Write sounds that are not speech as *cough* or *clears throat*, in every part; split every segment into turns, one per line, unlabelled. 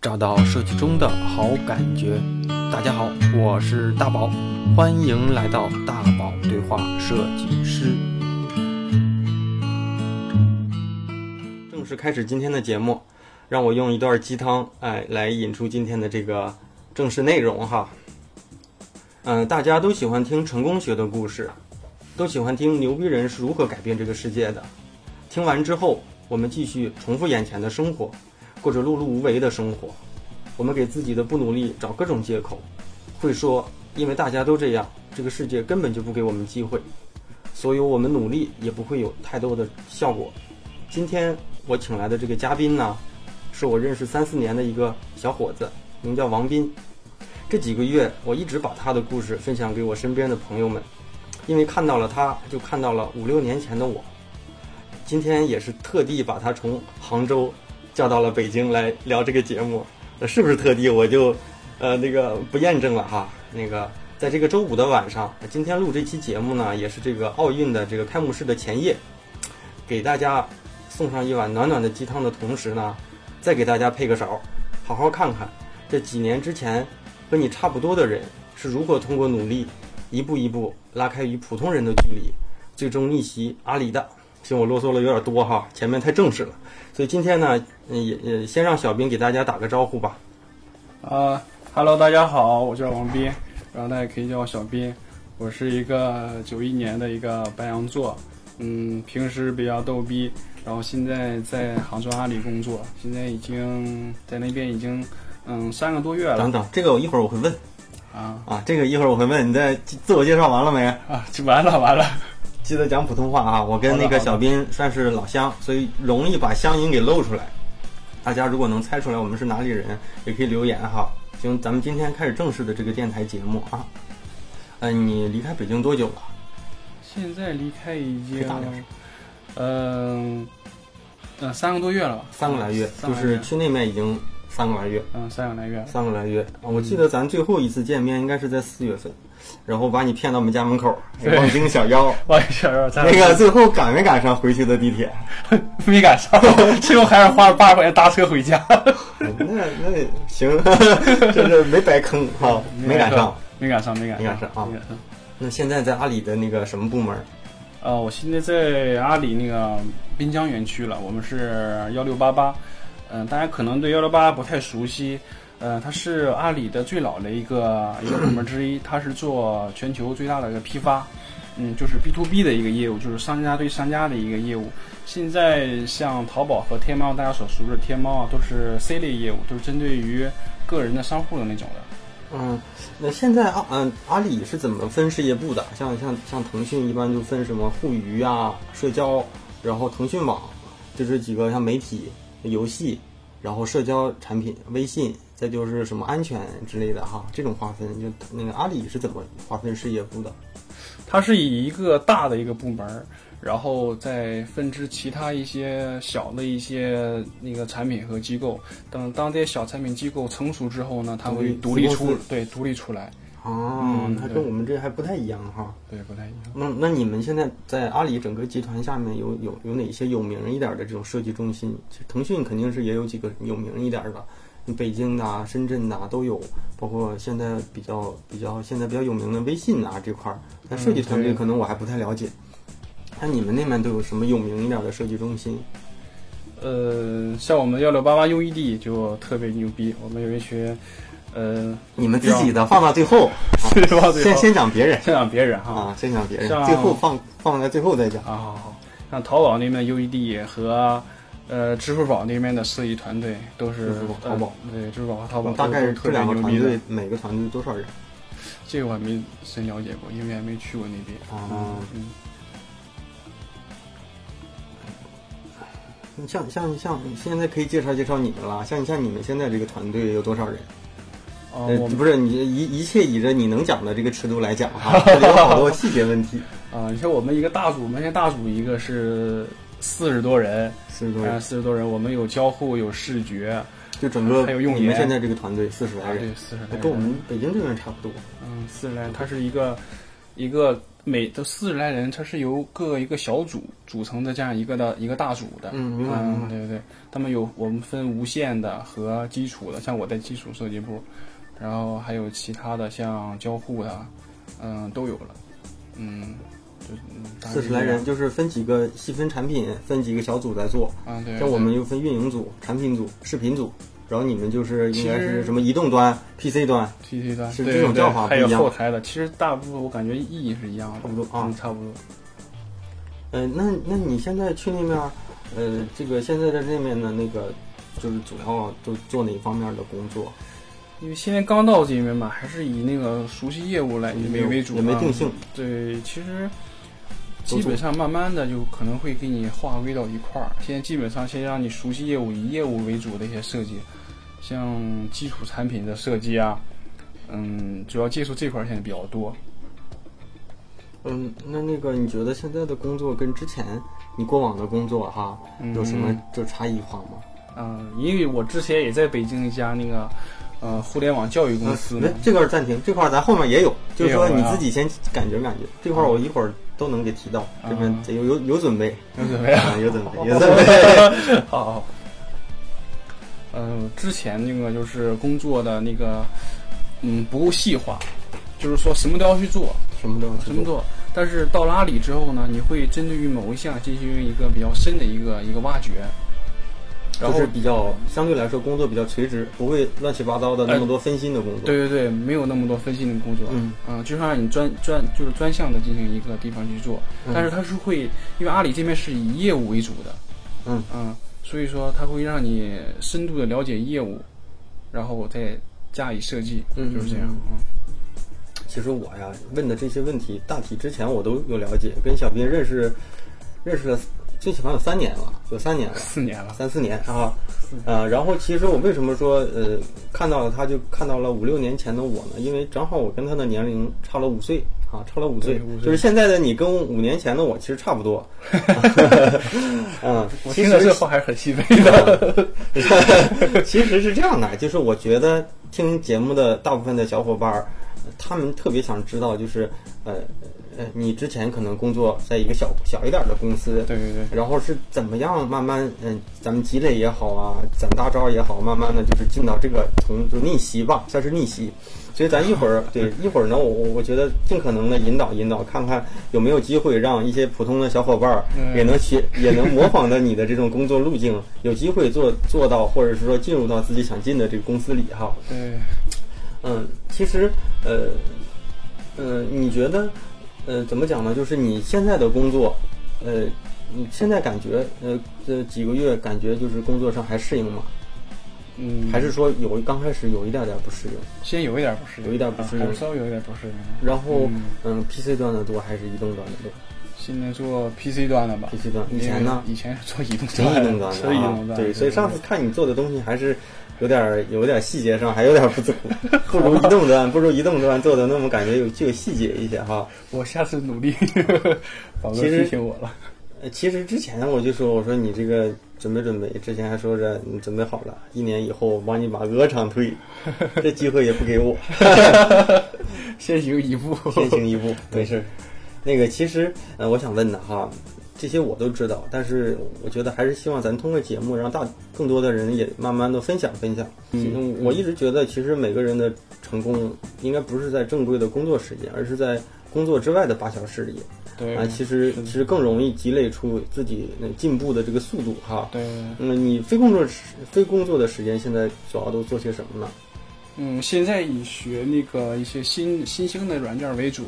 找到设计中的好感觉。大家好，我是大宝，欢迎来到大宝对话设计师。正式开始今天的节目，让我用一段鸡汤，哎，来引出今天的这个正式内容哈。嗯、大家都喜欢听成功学的故事，都喜欢听牛逼人是如何改变这个世界的。听完之后，我们继续重复眼前的生活，过着碌碌无为的生活。我们给自己的不努力找各种借口，会说因为大家都这样，这个世界根本就不给我们机会，所以我们努力也不会有太多的效果。今天我请来的这个嘉宾呢，是我认识三四年的一个小伙子，名叫王斌。这几个月我一直把他的故事分享给我身边的朋友们，因为看到了他，就看到了五六年前的我。今天也是特地把他从杭州叫到了北京来聊这个节目，呃是不是特地？我就呃那个不验证了哈。那个在这个周五的晚上，今天录这期节目呢，也是这个奥运的这个开幕式的前夜，给大家送上一碗暖暖的鸡汤的同时呢，再给大家配个勺，好好看看这几年之前和你差不多的人是如何通过努力，一步一步拉开与普通人的距离，最终逆袭阿里的。行，我啰嗦了有点多哈，前面太正式了，所以今天呢，嗯也也先让小兵给大家打个招呼吧。
啊哈喽，大家好，我叫王斌，然后大家可以叫我小斌。我是一个九一年的一个白羊座，嗯，平时比较逗逼，然后现在在杭州阿里工作，现在已经在那边已经嗯三个多月
等
了
等，这个我一会儿我会问
啊
啊，这个一会儿我会问你在自我介绍完了没？
啊，就完了完了
记得讲普通话啊！我跟那个小斌算是老乡，所以容易把乡音给露出来。大家如果能猜出来我们是哪里人，也可以留言哈。行，咱们今天开始正式的这个电台节目啊。嗯、你离开北京多久了？
现在离开已
可以
经
大点声
嗯呃三个多月了吧，啊
三个来月，
三
就
个来月
是去那面已经三个来月。
嗯三个来月了， *laughs*
三个来月啊！我记得咱最后一次见面应该是在四月份，然后把你骗到我们家门 *laughs* 口，哎
对
望京小妖。
不好意思，咱
那个最后赶没赶上回去的地铁？
没赶上， *laughs* 最后还是花了八十块钱搭车回家，
*laughs* 那那行， *laughs* 这是没白坑哈，没赶上。，
没赶上，没赶
没
上，
赶上啊
没赶上。
那现在在阿里的那个什么部门？
呃，我现在在阿里那个滨江园区了，我们是幺六八八，嗯，大家可能对幺六八八不太熟悉，呃，它是阿里的最老的一个一个部门之一，它是做全球最大的一个批发，嗯，就是 B to B 的一个业务，就是商家对商家的一个业务。现在像淘宝和天猫，大家所熟知的天猫啊，都是 C 类业务，都是针对于个人的商户的那种的。
嗯，那现在阿嗯阿里是怎么分事业部的？像像像腾讯一般就分什么互娱啊、社交，然后腾讯网，就这几个像媒体、游戏，然后社交产品、微信，再就是什么安全之类的哈，这种划分就那个阿里是怎么划分事业部的？
它是以一个大的一个部门儿，然后再分支其他一些小的一些那个产品和机构。等当这些小产品机构成熟之后呢，它会
独
独
立
立
子公
出
司
对独立出来，
哦，
嗯
它跟
对
我们这还不太一样哈。
对不太一样。
那那你们现在在阿里整个集团下面有有有哪些有名一点的这种设计中心？其实腾讯肯定是也有几个有名一点的，北京的啊、深圳的啊都有，包括现在比较比较现在比较有名的微信啊这块儿。但设计团队
嗯对
可能我还不太了解。那你们那边都有什么有名一点的设计中心？
呃，像我们幺六八八 UED 就特别牛逼，我们有一群，呃， *laughs*
你们自己的放到最后，啊
对吧？
先 *laughs* 先讲别人
先讲别人哈。
啊，先讲别人，
像
最后放放在最后再讲。
啊，好好，像淘宝那边 UED 和呃支付宝那边的设计团队都是
支付宝淘宝
呃对支付宝和淘宝
大
都
概
都
这
特别
两个
牛
团
逼的
队每个团队多少人？
这个我还没深了解过，因为还没去过那边。
哦
嗯，
嗯像像像现在可以介绍介绍你们了，像像你们现在这个团队有多少人？
哦，
呃
我，们
不是你一一切以着你能讲的这个尺度来讲
*laughs*
哈，这里有好多细节问题。
啊，你像我们一个大组，我们现在大组一个是四十多人，
四十多
啊，
人，
四十多人，我们有交互，有视觉，
就整个
还有用
你们
研
现在这个团队四十来
啊，
人，呃
对，四十来
那
人，
跟我们北京这边差不多。
嗯，四十来人，它是一个一个每的四十来人，它是由各一个小组组成的这样一个的一个大组的。
嗯明白明白
对对对，他们有我们分无线的和基础的，像我在基础设计部，然后还有其他的像交互的，嗯、都有了。嗯，就
四十来人，就是分几个细分产品，分几个小组来做。
啊，对。
像我
对
们又分运营组、产品组、视频组，然后你们就是应该
其
是
实
什么移动端、PC 端，
T T 端
是
对
这种
对
叫法
还
不
有
一样
后台的，其实大部分我感觉意义是一样的，
差不多啊
嗯，差不多。
呃，那那你现在去那面儿，呃，这个现在在那面的那个，就是主要都做哪方面的工作？
因为现在刚到这边嘛，还是以那个熟悉业务来为为哎主，啊
也没定。性，
对，其实
都
基本上慢慢的就可能会给你划归到一块儿。现在基本上先让你熟悉业务，以业务为主的一些设计，像基础产品的设计啊，嗯，主要接触这块儿现在比较多。
嗯，那那个你觉得现在的工作跟之前你过往的工作哈，
嗯
有什么就差异化吗？
嗯，因为我之前也在北京一家那个呃互联网教育公司嘛
那，这块儿暂停，这块儿咱后面也有，就是说
也有
你
啊嗯
自己先感觉感觉，这块儿我一会儿都能给提到，这边
啊
有有有准
*laughs*
备
有准备啊。
啊，有准备，有准 *laughs* 备。
*laughs* 好好。嗯、之前那个就是工作的那个，嗯，不够细化，就是说什么都要去做，
什么都要
什么做。但是到了阿里之后呢，你会针对于某一项进行一个比较深的一个一个挖掘，然
就
后
是比较相对来说工作比较垂直，不会乱七八糟的那么多分心的工作。
对对对，没有那么多分析的工作，
嗯
嗯，就让你专专就是专项的进行一个地方去做，
嗯
但是它是会，因为阿里这边是以业务为主的，啊
嗯
所以说它会让你深度的了解业务，然后再加以设计，
嗯
就是这样，啊
嗯其实我呀问的这些问题，大体之前我都有了解，跟小斌认识认识了最起码有三年了，有三年了
嗯，，四年了，
三四年啊，呃，然后其实我为什么说呃看到了他就看到了五六年前的我呢？因为正好我跟他的年龄差了五岁啊，差了五岁
对五，岁
就是现在的你跟五年前的我其实差不
*laughs*
多， *laughs* 嗯，
我
其
听着
实
这话还是很细
*laughs*
微的，
其实是这样的，就是我觉得听节目的大部分的小伙伴儿，呃他们特别想知道，就是呃呃，你之前可能工作在一个小小一点的公司，
对对对，
然后是怎么样慢慢嗯、咱们积累也好啊，攒大招也好，慢慢的就是进到这个从就逆袭吧，算是逆袭。所以咱一会
*laughs*
儿对一会儿呢，我我我觉得尽可能的引导引导，看看有没有机会让一些普通的小伙伴儿
嗯
也能
*laughs*
学，也能模仿着你的这种工作路径，有机会做做到，或者是说进入到自己想进的这个公司里哈。
对。
嗯，其实呃呃，你觉得呃怎么讲呢？就是你现在的工作，呃，你现在感觉呃这几个月感觉就是工作上还适应吗？
嗯，
还是说有刚开始有一点点不适应？
先有一点不适应，
有一点不适应
啊还是稍微有一点不适应。
然后
嗯
嗯，PC 端的多还是移动端的多
现在做 PC 端的吧，
？PC 端以前呢？
因为以前是做移动
纯
端
移
的，
动端的
纯移动
啊，
端。
对，所以上次看你做的东西还是有点儿有点儿细节上还有点儿不足，不如移动端，不如移动端做的那么感觉有具有细节一些哈。
我下次努力， *laughs* 宝哥
其实
提醒我了。 *laughs*
呃，其实之前我就说，我说你这个准备准备，之前还说着你准备好了，一年以后我帮你把鹅厂推，这机会也不给我，
先行一步，
先
*laughs*
行一步，没事儿。那个其实，呃，我想问的哈，这些我都知道，但是我觉得还是希望咱通过节目，让大更多的人也慢慢的分享分享。嗯，我一直觉得，其实每个人的成功应该不是在正规的工作时间，而是在工作之外的八小时里。
嗯对
啊，其实其实更容易积累出自己那进步的这个速度哈。
对，
那、嗯、你非工作时非工作的时间，现在主要都做些什么呢？
嗯，现在以学那个一些新新兴的软件为主，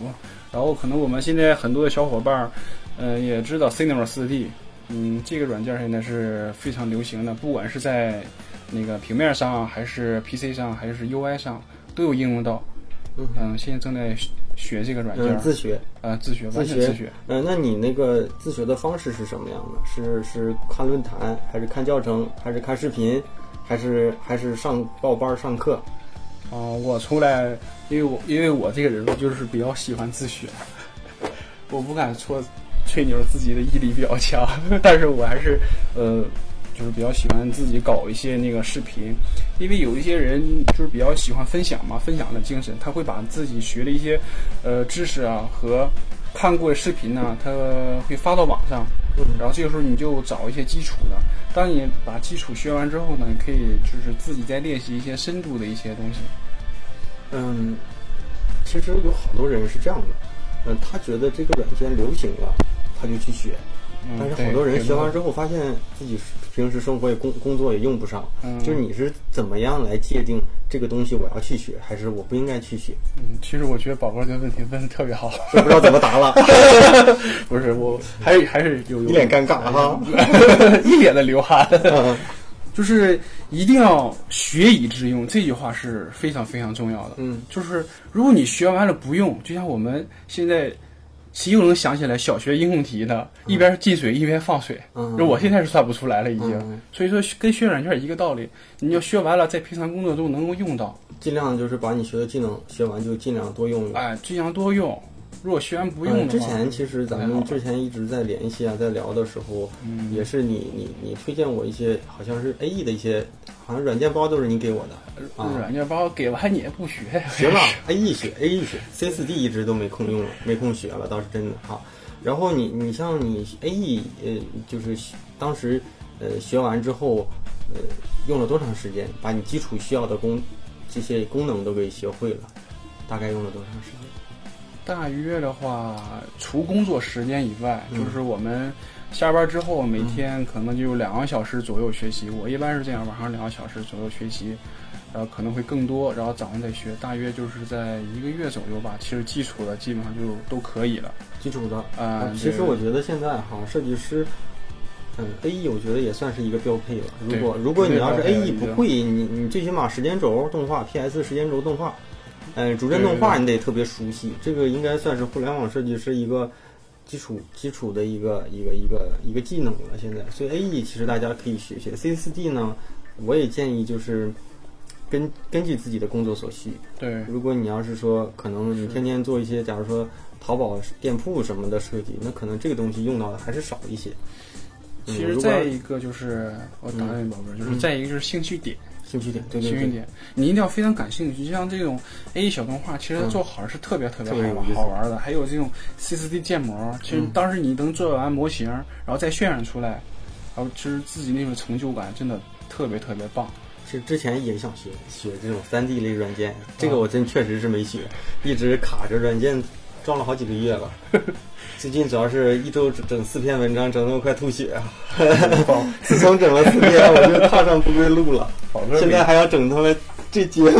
然后可能我们现在很多的小伙伴儿，呃，也知道 Cinema 4 D，嗯，这个软件现在是非常流行的，不管是在那个平面上，还是 PC 上，还是 UI 上，都有应用到。
嗯
嗯，现在正在学学这个软件
嗯，
儿，
自学。
呃，自学，完全
自学
自学。
嗯、那你那个自学的方式是什么样的？是是看论坛，还是看教程，还是看视频，还是还是上报班儿上课？
啊、我出来，因为我因为我这个人吧，就是比较喜欢自学， *laughs* 我不敢说吹牛自己的毅力比较强， *laughs* 但是我还是呃，就是比较喜欢自己搞一些那个视频，因为有一些人就是比较喜欢分享嘛，分享的精神，他会把自己学的一些呃知识啊和看过的视频呢，它会发到网上，然后这个时候你就找一些基础的。当你把基础学完之后呢，你可以就是自己再练习一些深度的一些东西。
嗯，其实有好多人是这样的，嗯，他觉得这个软件流行了，他就去学，
嗯，
但是
对
好多人学完之
对
后发现自己平时生活也工工作也用不上，
嗯
就是你是怎么样来界定这个东西我要去学，还是我不应该去学？
嗯，其实我觉得宝哥这个问题问的特别好，
就不知道怎么答
*laughs*
了，
不是我还是还是有
嗯
有
一脸尴尬哈。
*laughs* 一脸的流汗，
嗯
*laughs* 就是一定要学以致用，这句话是非常非常重要的。
嗯
就是如果你学完了不用，就像我们现在谁又能想起来小学应用题呢？一边进水一边放水，
嗯
就我现在是算不出来了已经。
嗯
所以说跟学软件一个道理，你要学完了，在平常工作中能够用到，
尽量就是把你学的技能学完就尽量多用用。
哎，尽量多用。如果学完不用
嗯之
的话，
前其实咱
太好
们
了
之前一直在联系啊，在聊的时候，
嗯
也是你你你推荐我一些好像是 A E 的一些，好像软件包都是你给我的，啊
软件包给完你也
*laughs*
不学，
学吧 A E 学 A E 学 C 4 D 一直都没空用了，没空学了，倒是真的哈。然后你你像你 A E 呃，就是学当时呃学完之后，呃用了多长时间把你基础需要的功这些功能都给学会了？大概用了多长时间？
*laughs* 大约的话，除工作时间以外，就是
嗯
我们下班之后每天可能就有两个小时左右学习。我一般是这样，晚上两个小时左右学习，然后可能会更多，然后早上再学，大约就是在一个月左右吧。其实基础的基本上就都可以了。
基础的
啊、
其实我觉得现在哈，设计师，嗯，A E 我觉得也算是一个标配了。如
对
果如果你要是
绝对
A
标
E
配
不会，你你最起码时间轴动画、P S 时间轴动画，嗯，主帧动画
对对对
你得特别熟悉。这个应该算是互联网设计师一个基础基础的一个一个一个一个技能了。现在，所以 A E 其实大家可以学学。C 四 D 呢，我也建议就是。根根据自己的工作所需，
对
如果你要是说可能你天天做一些，假如说淘宝店铺什么的设计，那可能这个东西用到的还是少一些。嗯
其实
如果嗯
再一个就是我打断你宝贝儿，就是再一个就是兴趣点，
兴趣点，对对
兴趣
对，
点，你一定要非常感兴趣。就像这种 A E 小动画，其实它
嗯
做好是特别特别
特别
好
有
玩、
意思
好玩的。还有嗯这种 C 4 D 建模，其实当时你能做完模型，然后再渲染出来，然后其实自己那种成就感真的特别特别 *laughs* 棒。
是之前也想学学这种三 D 类软件，这
啊
个我真确实是没学，一直卡着软件装了好几个月
*laughs*
了。最近主要是一周整整四篇文章，整得我快吐血啊！自从整了四篇，我就踏上不归路了。
宝
现在还要整他们这 *laughs* 节目，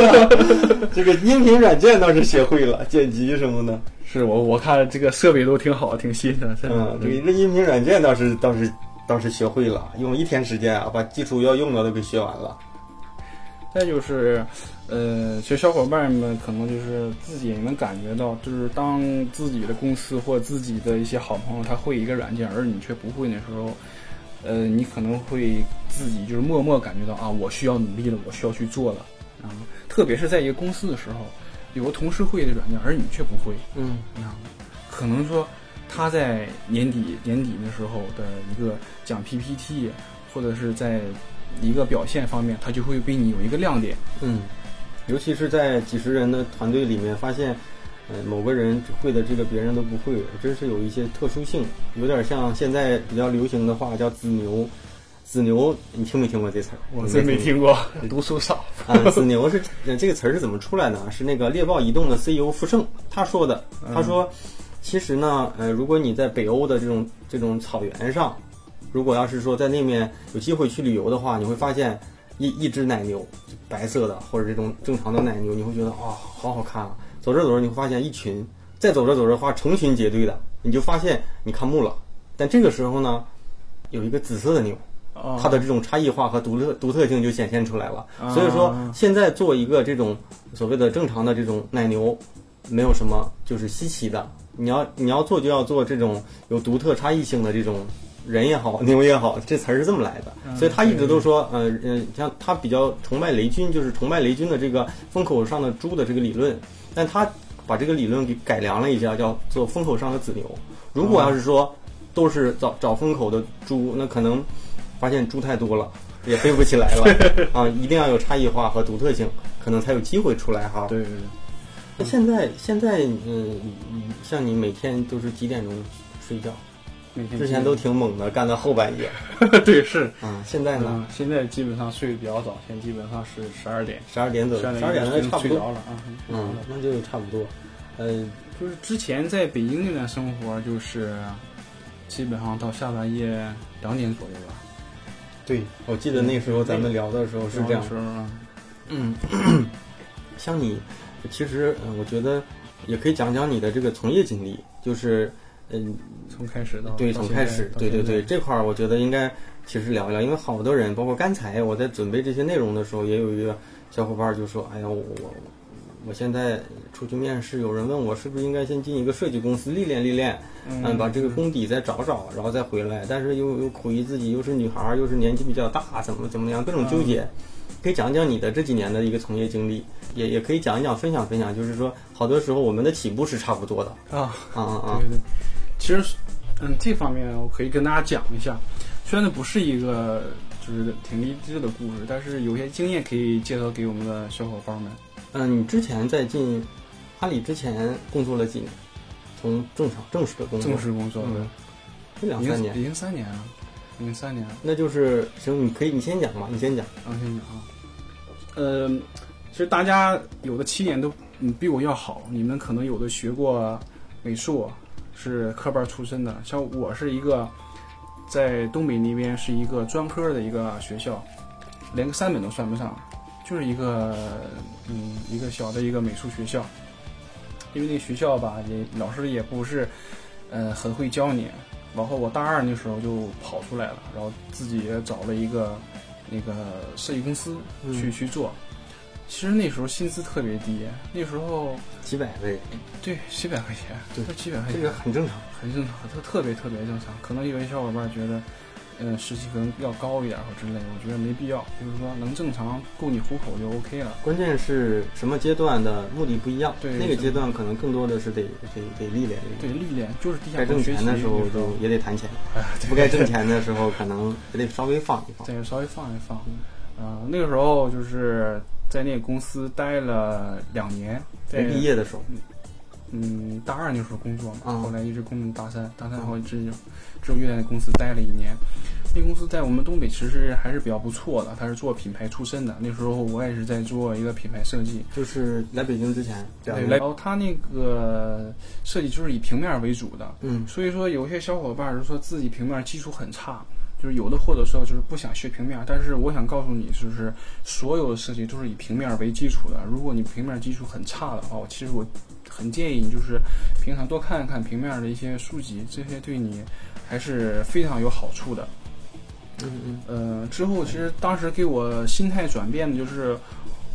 我操这个音频软件倒是学会了，剪辑什么的。
是我我看这个设备都挺好，挺新的，真的
嗯，。这个这音频软件倒是倒是倒是学会了，用一天时间啊，把基础要用的都给学完了。
再就是，呃，其实小伙伴们可能就是自己也能感觉到，就是当自己的公司或自己的一些好朋友他会一个软件，而你却不会的时候，呃，你可能会自己就是默默感觉到啊，我需要努力了，我需要去做了啊。特别是在一个公司的时候，有个同事会的软件，而你却不会，
嗯
啊，可能说他在年底年底的时候的一个讲 PPT，或者是在一个表现方面，他就会比你有一个亮点。
嗯，尤其是在几十人的团队里面，发现，呃，某个人会的这个别人都不会，真是有一些特殊性，有点像现在比较流行的话叫“子牛”。子牛，你听没听过这词儿？过。
过，读书少。
啊，子牛是呃这个词儿是怎么出来的啊？是那个猎豹移动的 CEO 傅盛他说的。他说，其实呢，呃，如果你在北欧的这种这种草原上，如果要是说在那面有机会去旅游的话，你会发现一一只奶牛，白色的或者这种正常的奶牛，你会觉得啊、好好看啊。走着走着，你会发现一群，再走着走着的话，成群结队的，你就发现你看木了。但这个时候呢，有一个紫色的牛，
啊
它的这种差异化和独特独特性就显现出来了。
啊
所以说，现在做一个这种所谓的正常的这种奶牛，没有什么就是稀奇的。你要你要做就要做这种有独特差异性的这种人也好，牛也好，这词儿是这么来的。
嗯
所以他一直都说，呃呃，像他比较崇拜雷军，就是崇拜雷军的这个风口上的猪的这个理论，但他把这个理论给改良了一下，叫做风口上的子牛。如果要是说都是找找风口的猪，那可能发现猪太多了，也飞不起来了啊！一定要有差异化和独特性，可能才有机会出来哈。
对对对，
那现在现在嗯，像你每天都是几点钟睡觉？
每天
之前都挺猛的，干到后半夜
*laughs* 对是，
啊。现在呢，
嗯，现在基本上睡得比较早，现在基本上是十二点，
十二点左
十
右，
二
十二点
就
了差不
睡
多。
着了啊。
嗯，那就差不多。呃，
就是之前在北京那段生活，就是基本上到下半夜两点左右吧。
对，我记得那时候咱们聊的时候是这样
时。候啊，
嗯，像你，其实嗯，我觉得也可以讲讲你的这个从业经历，就是嗯，
从开始到
对，
到
从
现
开
在
始，
到
对对
现在
对，这块儿我觉得应该其实聊一聊，因为好多人，包括刚才我在准备这些内容的时候，也有一个小伙伴就说：“哎呀，我我我现在出去面试，有人问我是不是应该先进一个设计公司历练历练，嗯，把这个功底再找找，然后再回来。但是又又苦于自己又是女孩儿，又是年纪比较大，怎么怎么样，各种纠
嗯
结。可以讲讲你的这几年的一个从业经历，也也可以讲一讲分享分享，就是说，好多时候我们的起步是差不多的，
啊，
啊啊啊，
对对，其实，嗯，这方面我可以跟大家讲一下，虽然这不是一个就是挺励志的故事，但是有些经验可以介绍给我们的小伙伴们。
嗯，你之前在进阿里之前工作了几年？从正常正式的工作，
正式工作
嗯，这两
已
三
经
年，
已经三年了，已经三年了。啊
那就是行，你可以你先讲吧，你先讲。
我先讲啊，呃，其实大家有的起点都嗯比我要好，你们可能有的学过美术，是科班出身的，像我是一个在东北那边是一个专科的一个学校，连个三本都算不上，就是一个嗯一个小的一个美术学校，因为那学校吧也老师也不是呃很会教你。然后我大二那时候就跑出来了，然后自己也找了一个那个设计公司
嗯
去、去做。其实那时候薪资特别低，那时候
几百位，
对七百块钱，
对
就七百块
这
钱，
个很正常。
很正常，特特别特别正常。可能有些小伙伴觉得，嗯，实习可能要高一点或之类的，我觉得没必要。就是说能正常够你糊口就 OK 了。
关键是什么阶段的目的不一样，
对
那个
真的
阶段可能更多的是得得得历练历练。
对，历练就是低下
该
头
挣
学习
钱的时候
你知道吗
就也得谈钱，
*laughs* 哎对
不该挣钱的时候可能也得稍微放一放。
对，稍微放一放。嗯、那个时候就是在那个公司待了两年，在
没毕业的时候，
嗯，大二那时候工作嘛，
嗯
后来一直工作到大三，大三
嗯
后一直就只有在公司待了一年。那公司在我们东北其实还是比较不错的，它是做品牌出身的。那时候我也是在做一个品牌设计，
就是来北京之前，这样
然后它那个设计就是以平面为主的，
嗯，
所以说有些小伙伴儿就说自己平面基础很差，就是有的或者说就是不想学平面，但是我想告诉你，就是所有的设计都是以平面为基础的。如果你平面基础很差的话，我其实我很建议你就是平常多看一看平面的一些书籍，这些对你还是非常有好处的。
嗯嗯
呃，之后其实当时给我心态转变的就是。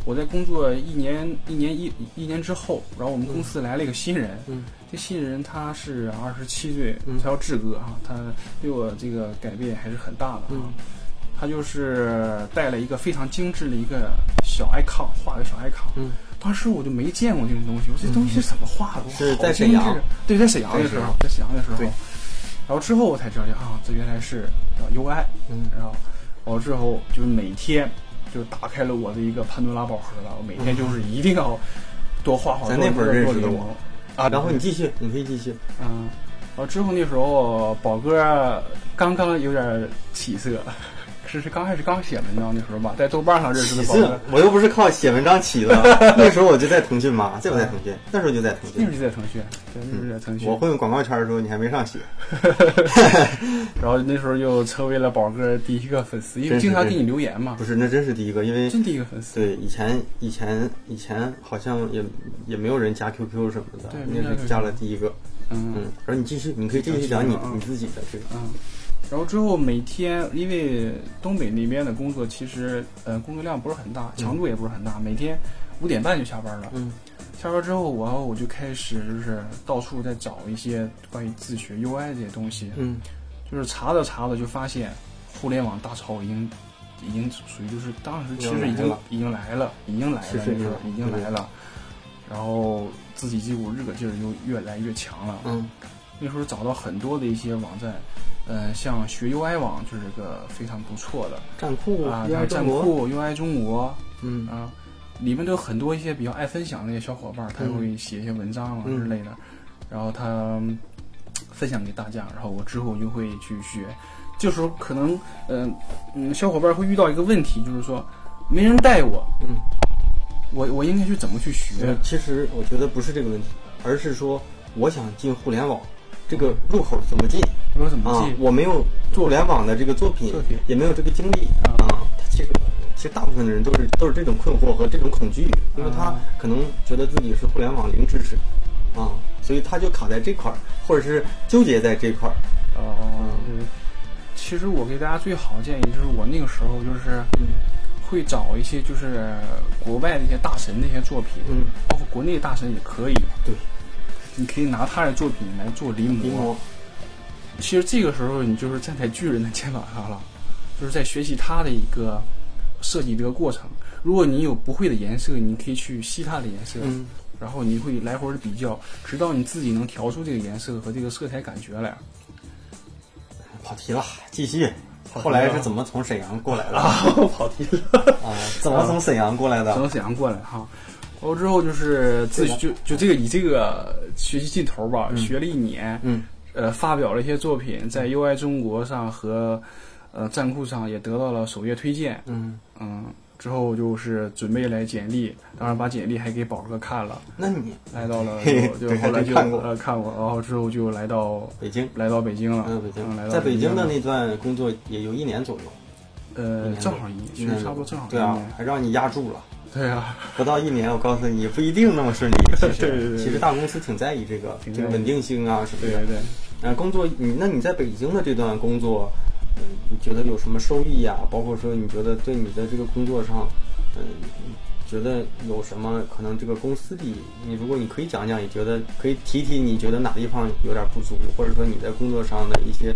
我在工作一年一年一一年之后，然后我们公司来了一个新人，
嗯
这新人他是二十七岁
嗯，
他叫志哥啊，他对我这个改变还是很大的啊
嗯。
他就是带了一个非常精致的一个小 icon，画的小 icon。
嗯，
当时我就没见过这种东西，我说这东西是怎么画的？哇
是在
好精
沈阳
致对，在沈阳的时候，在沈阳的时候。
对
然后之后我才知道啊，这原来是叫 UI。
嗯
然后我之后就是每天就打开了我的一个潘多拉宝盒了，我每天就是一定要多画画。
嗯咱那会儿
多
认识
多
的
留
我
啊，
然后你继续，你可以继续。
嗯，然后之后那时候宝哥啊刚刚有点起色，是是刚开始刚写文章的时候吧，在豆瓣上认识的宝哥，
我又不是靠写文章起的，那时候我就在腾讯嘛，在不在腾讯？那时候就在腾
那时
讯
候。就在腾讯，对，那时候就在腾
嗯
讯
我，混广告圈的时候，你还没上学。
然后那时候就成为了宝哥第一个粉丝，因为
真是
经常
真
给你留言嘛
不，是，那真是第一个，因为
真第一个粉丝，
对以前以前以前好像也也没有人加 QQ 什么的
对，没
那
加
是
QQ
加了第一个。
嗯
嗯，然后你继续，你可以继续讲你你自己的这个。
嗯，然后之后每天，因为东北那边的工作其实呃工作量不是很大，强度也不是很大，每天五点半就下班了，
嗯
下班之后，我我就开始就是到处在找一些关于自学 UI 这些东西，
嗯
就是查着查着就发现，互联网大潮已经已经属于就是当时其实已
已经来
经
了
已经来了，已经来
是
了，
是
那时候
是
已经来了，然后自己这股热劲儿就越来越强了。
嗯
那时候找到很多的一些网站，呃，像学 UI 网就是个非常不错的
战库
啊，
第
还
二
有站
战国，
酷 UI 中国
嗯
啊，里面都有很多一些比较爱分享的一些小伙伴，他
嗯
会写一些文章啊
嗯
之类的，然后他嗯分享给大家，然后我之后就会去学。这时候可能，嗯、嗯，小伙伴会遇到一个问题，就是说没人带我，
嗯，
我我应该去怎么去学
呃？其实我觉得不是这个问题，而是说我想进互联网，这个入口怎么进
我怎么
啊
记？？
我没有做互联网的这个作品
嗯作品，
也没有这个经历
啊
啊。他其实其实大部分的人都是都是这种困惑和这种恐惧，因为他
啊
可能觉得自己是互联网零知识啊，所以他就卡在这块儿，或者是纠结在这块儿。
哦，对其实我给大家最好的建议就是，我那个时候就是
嗯
会找一些就是国外的一些大神的一些作品，
嗯，
包括国内大神也可以。
对，
你可以拿他的作品来做临
临
摹。
摹，
其实这个时候你就是站在巨人的肩膀上了，就是在学习他的一个设计的一个过程。如果你有不会的颜色，你可以去吸他的颜色，
嗯
然后你会来回的比较，直到你自己能调出这个颜色和这个色彩感觉来。嗯
跑题了，继续。后来是怎么从沈阳过来的啊？
啊， *laughs* 跑题了。啊
怎么从沈阳过来的？
从沈阳过来哈。完之后就是自己就就这个以这个学习劲头吧，学了一年，
嗯
呃，发表了一些作品，在 UI 中国上和呃站酷上也得到了首页推荐。
嗯，
嗯，之后就是准备来简历，当然把简历还给宝哥看了，
那你
来到了
嘿
就
对
后来
还
就
真看过
呃看过，然后之后就来到
北京？
来到北京了，
嗯，北
嗯来
京，
到
在北京的
了
那段工作也有一年左右，一
呃
年
正好一年，其实差不多正好一
对啊
年，，
还让你压住了。
对啊， *laughs*
不到一年，我告诉你，不一定那么顺利。其实，
对对对对
其实大公司挺在意这个
挺在
这
意
个稳定性啊什么
对
的。
对对。
啊，工作你那你在北京的这段工作，嗯，你觉得有什么收益呀、包括说你觉得对你的这个工作上，嗯，你觉得有什么可能这个公司里，你如果你可以讲讲，也觉得可以提提，你觉得哪地方有点不足，或者说你在工作上的一些。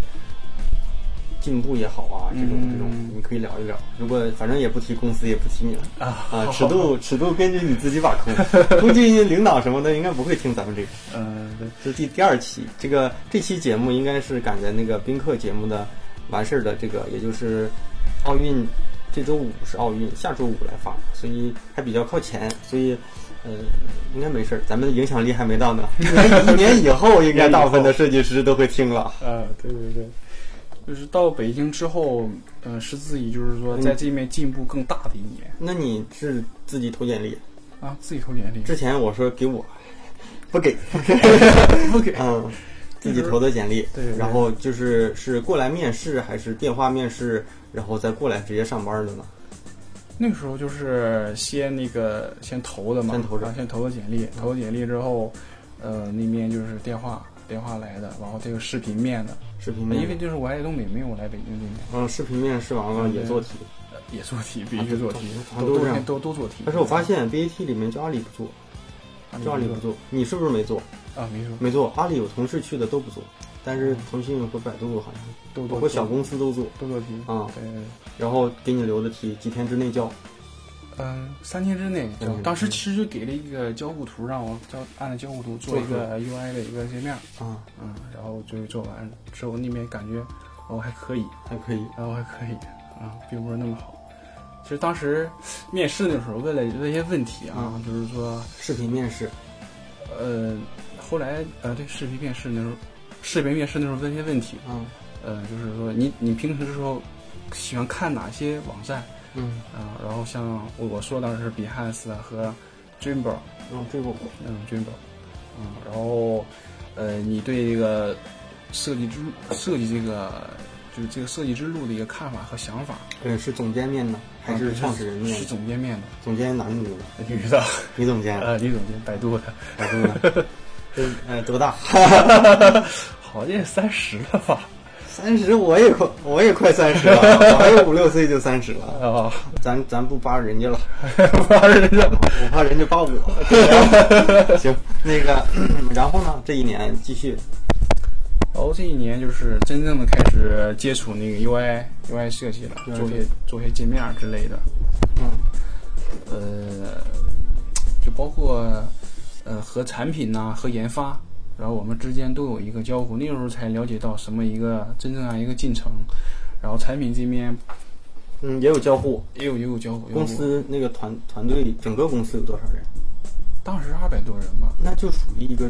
进步也好啊，这种这种
嗯
你可以聊一聊。如果反正也不提公司，也不提你了
啊 *laughs*
啊，尺度尺度根据你自己把控。估计领导什么的应该不会听咱们这个。
呃，对
这是第第二期，这个这期节目应该是赶在那个宾客节目的完事儿的这个，也就是奥运这周五是奥运，下周五来发，所以还比较靠前，所以呃应该没事儿，咱们的影响力还没到呢，一年以后应该大部分的设计师都会听了。
啊，对对对，就是到北京之后，呃，是自己就是说
嗯
在这面进步更大的一年
那你是自己投简历？
啊，自己投简历
之前我说给我，不给，
*laughs* 不给
嗯，自己投的简历，
对对对
然后就是是过来面试还是电话面试，然后再过来直接上班的呢？
那个时候就是先那个先投的嘛，
先投着嗯
啊先投的简历，投了简历之后，呃，那边就是电话电话来的，然后这个视频面的，
视频面
因为就是我来东北，没有我来北京这边，
嗯，视频面试完了
嗯
也
对
做题，
呃也做题，必须做题，
好像
都
啊都这
都
样。
都都做题。
但是我发现 BAT 里面就阿里不做，
啊
就阿里
没
不
说
做，你是不是没做？
啊，没说
没做，阿里有同事去的都不做，但是腾讯和百度好像，
都
包
都
括小公嗯司都做，
都做题
啊
对对对。
然后给你留的题几天之内交。
嗯，三天之内
三天之内
当时其实就给了一个交互图，让我交按照交互图做一个 UI 的一个界面，
啊，
嗯，然后就是做完之后那边感觉哦还可以，
还可以。
然后哦还可以啊，并不是那么好。其实当时面试的时候问了问一些问题啊，
嗯
就是说
视频面试，
呃，后来呃对视频面试那时候，视频面试那时候问一些问题，
啊，
呃，就是说你你平时的时候喜欢看哪些网站
嗯，
啊？然后像我我说当时是 Behance 啊和 Dreamboard。
然后这个我
嗯，君宝，嗯，然后，呃，你对这个设计之路设计这个就是这个设计之路的一个看法和想法，
呃是总监面的还啊是创始人
是
面
是
的？
总监面的
总监男的女的？
女的，
女总监，
呃，女总监，百度的，
百度的。 *laughs* 这呃多大？ *laughs*
*laughs* 好像也三十了吧？
三十，我也快，我也快三十了，我还有五六岁就三十了。
啊， *laughs*
咱咱不扒人家了，
八十了，
我怕人家扒我。行，那个，然后呢？这一年继续，
然后这一年就是真正的开始接触那个 UI UI 设计了，
对
做一些做一些界面儿之类的，
嗯
呃，就包括呃和产品呐、和研发，然后我们之间都有一个交互，那时候才了解到什么一个真正啊一个进程。然后产品这边
嗯，也有交互。
也有也有交互。也有
公司那个团团队，整个公司有多少人？
当时二百多人吧，
那就属于一个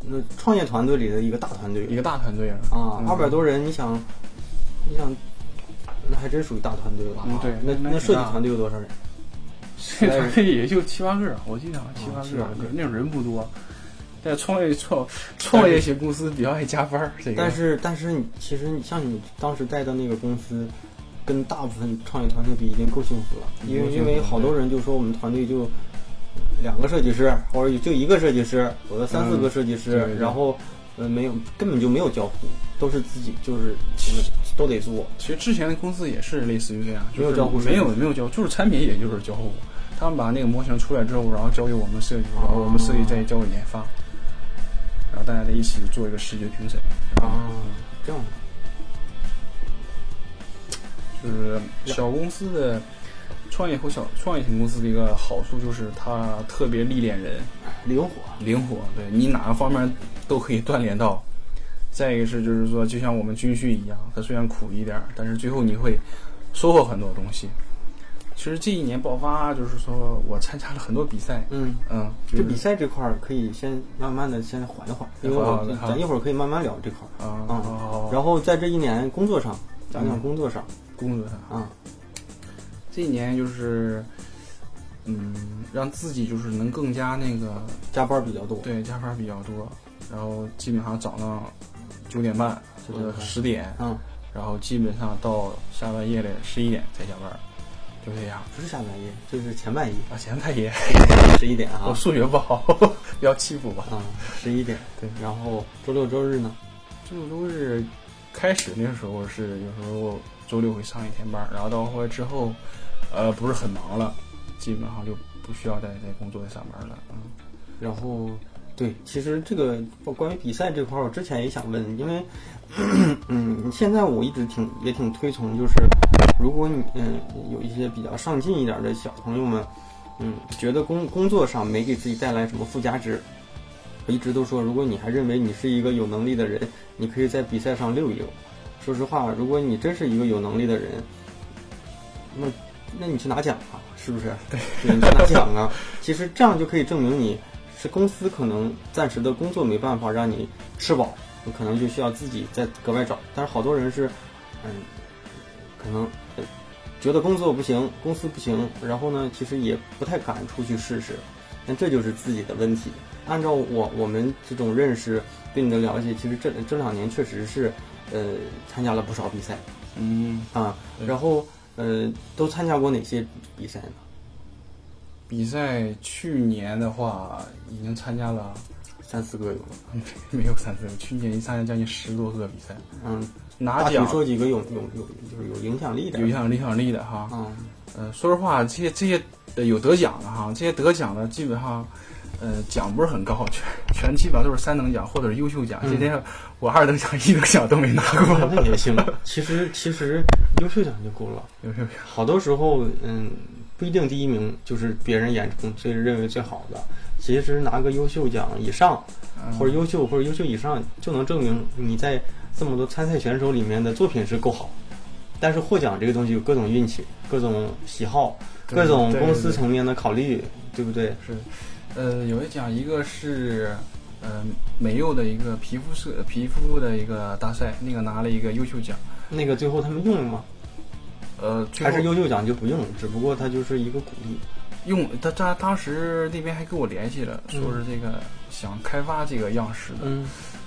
那创业团队里的一个大团队
一个大团队了
啊，
嗯
二百多人，你想，你想，那还真属于大团队了啊。
嗯对
那
那
那设计
挺大
团队有多少人？
这团队也就七八个人，我记得好哎哦像七八
七
个
八
人
个，
那种人不多。在创业创创业型公司比较爱加班儿，这个
但是但是你其实你像你当时带的那个公司，跟大部分创业团队比已经够幸福了，因
够
为
幸
因为
福
好多人就说我们团队就两个设计师，或者就一个设计师，有的三四个设计师，
对对
然后呃没有根本就没有交互，都是自己就是都得做，
其实之前的公司也是类似于这样，就是
没有交互设计
没有没有交互，就是产品也就是交互。他们把那个模型出来之后，然后交给我们设计，然后我们设计再交给研发，然后大家在一起做一个视觉评审，
啊，这样的。
就是小公司的创业和小创业型公司的一个好处就是它特别历练人，
灵活，
灵活，对你哪个方面都可以锻炼到。再一个是就是说，就像我们军训一样，它虽然苦一点儿，但是最后你会收获很多东西。其实这一年爆发，就是说我参加了很多比赛，
嗯，
嗯，
这
就是
比赛这块儿可以先慢慢的先缓一缓，因为
好的
我
好的
咱一会儿可以慢慢聊这块儿。
啊，
嗯
哦
然后在这一年工作上，讲
嗯
讲工作上
工作上，
啊，
这一年就是，嗯，让自己就是能更加那个
加班比较多，
对加班比较多，然后基本上早上九点半
九
或
点
者
半
十点，
嗯，
然后基本上到下半夜里十一点才下班儿，就这样。
不是下半夜，就是前半夜，
啊，前半夜
十一点
*laughs* 我
啊，
数学不好， *laughs* 不要欺负我。
啊，十一点，
对，
然后周六周日呢，
周六周日开始那时候是有时候周六会上一天班儿，然后到后来之后，呃，不是很忙了，基本上就不需要再再工作再上班了。嗯，
然后对，其实这个哦关于比赛这块儿，我之前也想问，因为 *clears throat* 嗯，现在我一直挺也挺推崇，就是如果你嗯有一些比较上进一点的小朋友们，嗯，觉得工工作上没给自己带来什么附加值。我一直都说，如果你还认为你是一个有能力的人，你可以在比赛上溜一溜。说实话，如果你真是一个有能力的人，那那你去拿奖啊，是不是？对，你去拿奖啊。其实这样就可以证明你是公司可能暂时的工作没办法让你吃饱，你可能就需要自己再格外找。但是好多人是，嗯，可能呃觉得工作不行，公司不行，
嗯
然后呢，其实也不太敢出去试试。那这就是自己的问题。按照我我们这种认识对你的了解，其实这这两年确实是，呃，参加了不少比赛
嗯，
啊。
对
然后呃，都参加过哪些比赛呢？
比赛去年的话已经参加了， *laughs*
三四个有吗？
没有三四个，去年参加将近十多个比赛，
嗯，
拿
大体
奖
说几个有有有就是有影响力的，
有影响力影响力的哈。
啊，
呃，说实话，这些这些呃有得奖的哈，这些得奖的基本上，呃，奖不是很高，全全基本上都是三等奖或者是优秀奖。
嗯
今天我二等奖、 *laughs* 一等奖都没拿过。
*laughs* 那也行。其实其实优秀奖就够了，
*laughs* 有没有？
好多时候嗯不一定第一名就是别人眼中最认为最好的，其实拿个优秀奖以上
嗯
或者优秀或者优秀以上，就能证明你在这么多参赛选手里面的作品是够好。但是获奖这个东西有各种运气、各种喜好、
对
各种
对
公司
对
层面的考虑，对不对？
是，呃，有一奖，一个是呃美柚的一个皮肤设皮肤的一个大赛，那个拿了一个优秀奖。
那个最后他们用了吗？
呃，最
还
后
是优秀奖就不用，只不过它就是一个鼓励。
用他他当时那边还跟我联系了，说是这个想开发这个样式的。
嗯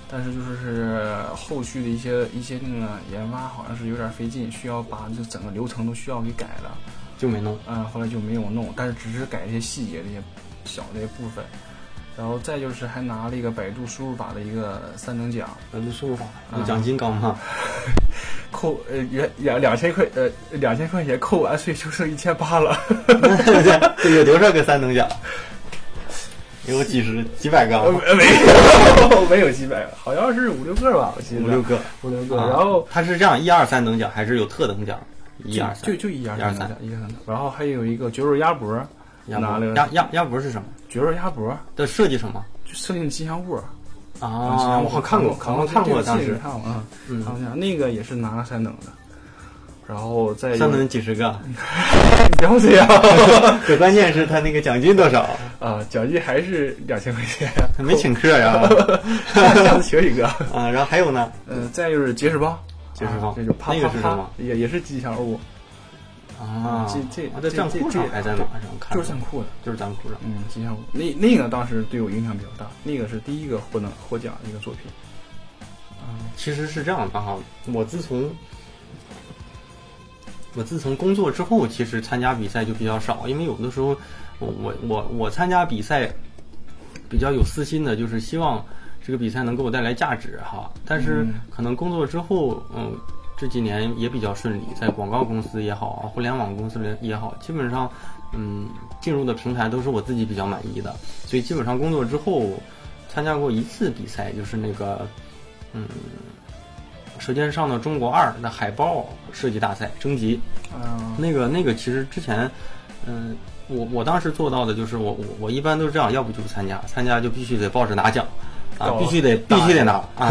但是就是是后续的一些一些那个研发好像是有点费劲，需要把这整个流程都需要给改了，，
就没弄。
嗯，后来就没有弄，但是只是改一些细节的一些小的一些部分，然后再就是还拿了一个百度输入法的一个三等奖，
百度输入法
啊
有奖金高吗？
扣呃原两两千块呃两千块钱扣完税就剩一千八了，
对，有多少个三等
*laughs*
奖？有几十、几百个
呃
啊，
没有没有 *laughs* 几百，好像是五六个吧，我记得
五六个。
五六个，
啊
然后
它是这样：一二三等奖还是有特等奖？一二三
就，就一二
一二
三
三
一二三，然后还有一个绝肉鸭脖，
鸭
拿
脖
了
鸭鸭鸭脖是什么？
绝肉鸭脖。
的设计什么？
就设定吉祥物
啊，我好看过，
看
我看过，当
这个
时，
看过啊，
嗯
看过那个也是拿了三等的，然后再
三轮几十个，
不要这样
可关键是他那个奖金多少？
*laughs* 啊，奖金还是两千块
*laughs*
钱，
他没请客呀、
*laughs* 下次请
*laughs*
一个。
啊，然后还有呢，
嗯，再就是节食棒，
节食棒
啊这就啪
那个
啪
是什
啪
么，
也也是吉祥物，
啊，
这这
啊在
这
站
这
库上
这
还在哪上看的？
就是炫酷的。
就是咱们库上。
嗯，吉祥物那那个当时对我影响比较大，那个是第一个获得获奖的一个作品。
其实是这样的哈，我自从我自从工作之后，其实参加比赛就比较少，因为有的时候我我我我参加比赛比较有私心的，就是希望这个比赛能给我带来价值哈。但是
嗯
可能工作之后，嗯，这几年也比较顺利，在广告公司也好，啊，互联网公司也好，基本上嗯进入的平台都是我自己比较满意的，所以基本上工作之后参加过一次比赛，就是那个嗯。舌尖上的中国二的海报设计大赛征集，
啊，
那个那个其实之前，嗯、我我当时做到的就是我我我一般都是这样，要不就是参加，参加就必须得抱着拿奖，啊
哦，
必须得必须得拿啊。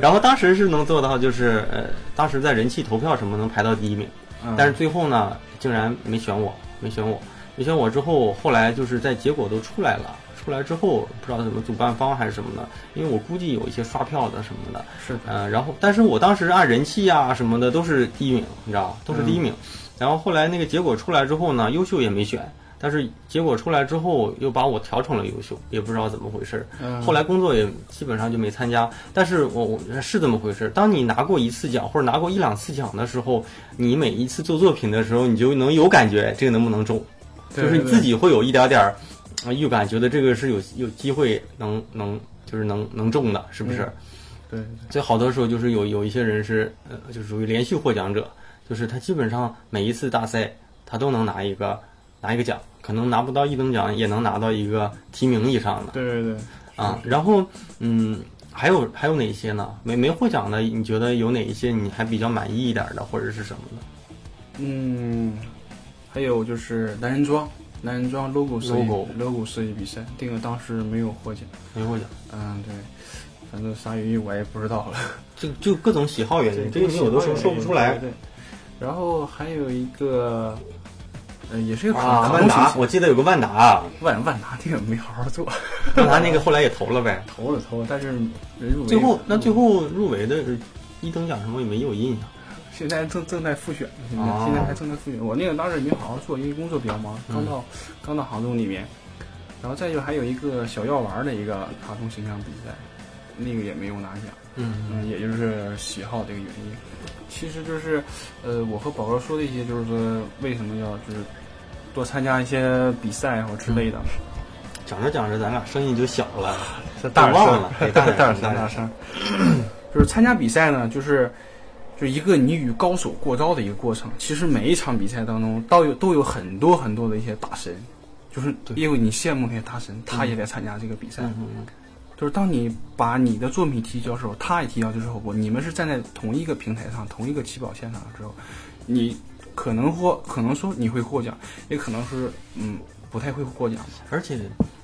然后当时是能做到，就是呃，当时在人气投票什么能排到第一名，
嗯
但是最后呢，竟然没选我，没选我，没选我之后，后来就是在结果都出来了。出来之后，不知道怎么主办方还是什么的，因为我估计有一些刷票的什么的，
啊是的，
嗯，然后但是我当时按人气啊什么的都是第一名，你知道吧都是第一名。
嗯
然后后来那个结果出来之后呢，优秀也没选，但是结果出来之后又把我调成了优秀，也不知道怎么回事儿。
嗯
后来工作也基本上就没参加，但是我我是这么回事儿。当你拿过一次奖或者拿过一两次奖的时候，你每一次做作品的时候，你就能有感觉这个能不能中，
对
就是你
嗯对
自己会有一点点儿呃预感，觉得这个是有有机会能能就是能能中的，是不是？
嗯对对
所以好多时候就是有有一些人是呃，就是属于连续获奖者，就是他基本上每一次大赛他都能拿一个拿一个奖，可能拿不到一等奖，也能拿到一个提名以上的
对对对，
啊。然后嗯，还有还有哪些呢？没没获奖的，你觉得有哪一些你还比较满意一点的，或者是什么的
嗯，还有就是男人装，男人装 logo 设计
logo
logo 设计比赛，这个当时没有获奖。
没获奖？
嗯，对，反正啥原因我也不知道了。
就就各种喜好原因，这个你有的时候说不出来
对，然后还有一个，呃，也是一个卡
啊。
卡
万
通
达，
形
我记得有个万达，啊
万万达这个没好好做，
万达那个后来也投了 *laughs* 呗。
投了投了，但是人入围
最后那最后入围的一等奖什么也没有印象。
现在正正在复选，现在、
哦嗯
现在还正在复选。我那个当时也没好好做，因为工作比较忙，刚到、刚到杭州里面，然后再就还有一个小药丸儿的一个卡通形象比赛，那个也没有拿奖，
嗯
嗯，也就是喜好这个原因。其实就是，呃，我和宝哥说的一些，就是说为什么要就是多参加一些比赛或之类的，
嗯讲着讲着，咱俩声音就小了，
*laughs* 这
大点声
忘了，
得大
大
点声
点声，大点声。就是参加比赛呢，就是就一个你与高手过招的一个过程。其实每一场比赛当中，都有都有很多很多的一些大神，就是
对
因为你羡慕那些大神，他也在参加这个比赛。
嗯嗯
就是当你把你的作品提交的时候，他也提交的时候，我你们是站在同一个平台上、同一个起跑线上之后，你可能获，可能说你会获奖，也可能是嗯不太会获奖。
而且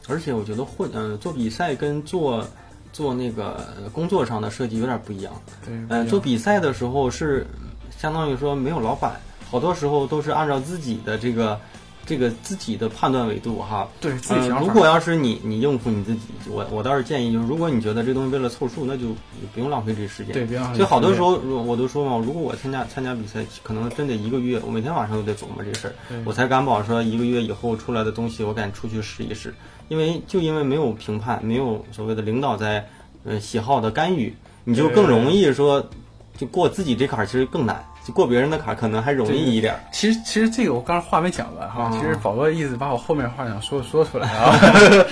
而且我觉得获呃做比赛跟做做那个呃工作上的设计有点不一样。
对，
呃，
比较
做比赛的时候是相当于说没有老板，好多时候都是按照自己的这个这个自己的判断维度哈。
对自己
呃
想法。
如果要是你你应付你自己，我我倒是建议就是，如果你觉得这东西为了凑数，那就不用浪费这时间。
对，比较
所以好多时候，
嗯
如我都说嘛，如果我参加参加比赛，可能真得一个月，我每天晚上都得琢磨这事儿
对，
我才敢保说一个月以后出来的东西，我敢出去试一试。因为就因为没有评判，没有所谓的领导在，呃，喜好的干预，你就
对
更容易说，就过自己这坎儿其实更难，就过别人的坎儿可能还容易一点儿。
其实其实这个我刚才话没讲完哈，
啊
其实宝哥一直把我后面话想说说出来啊，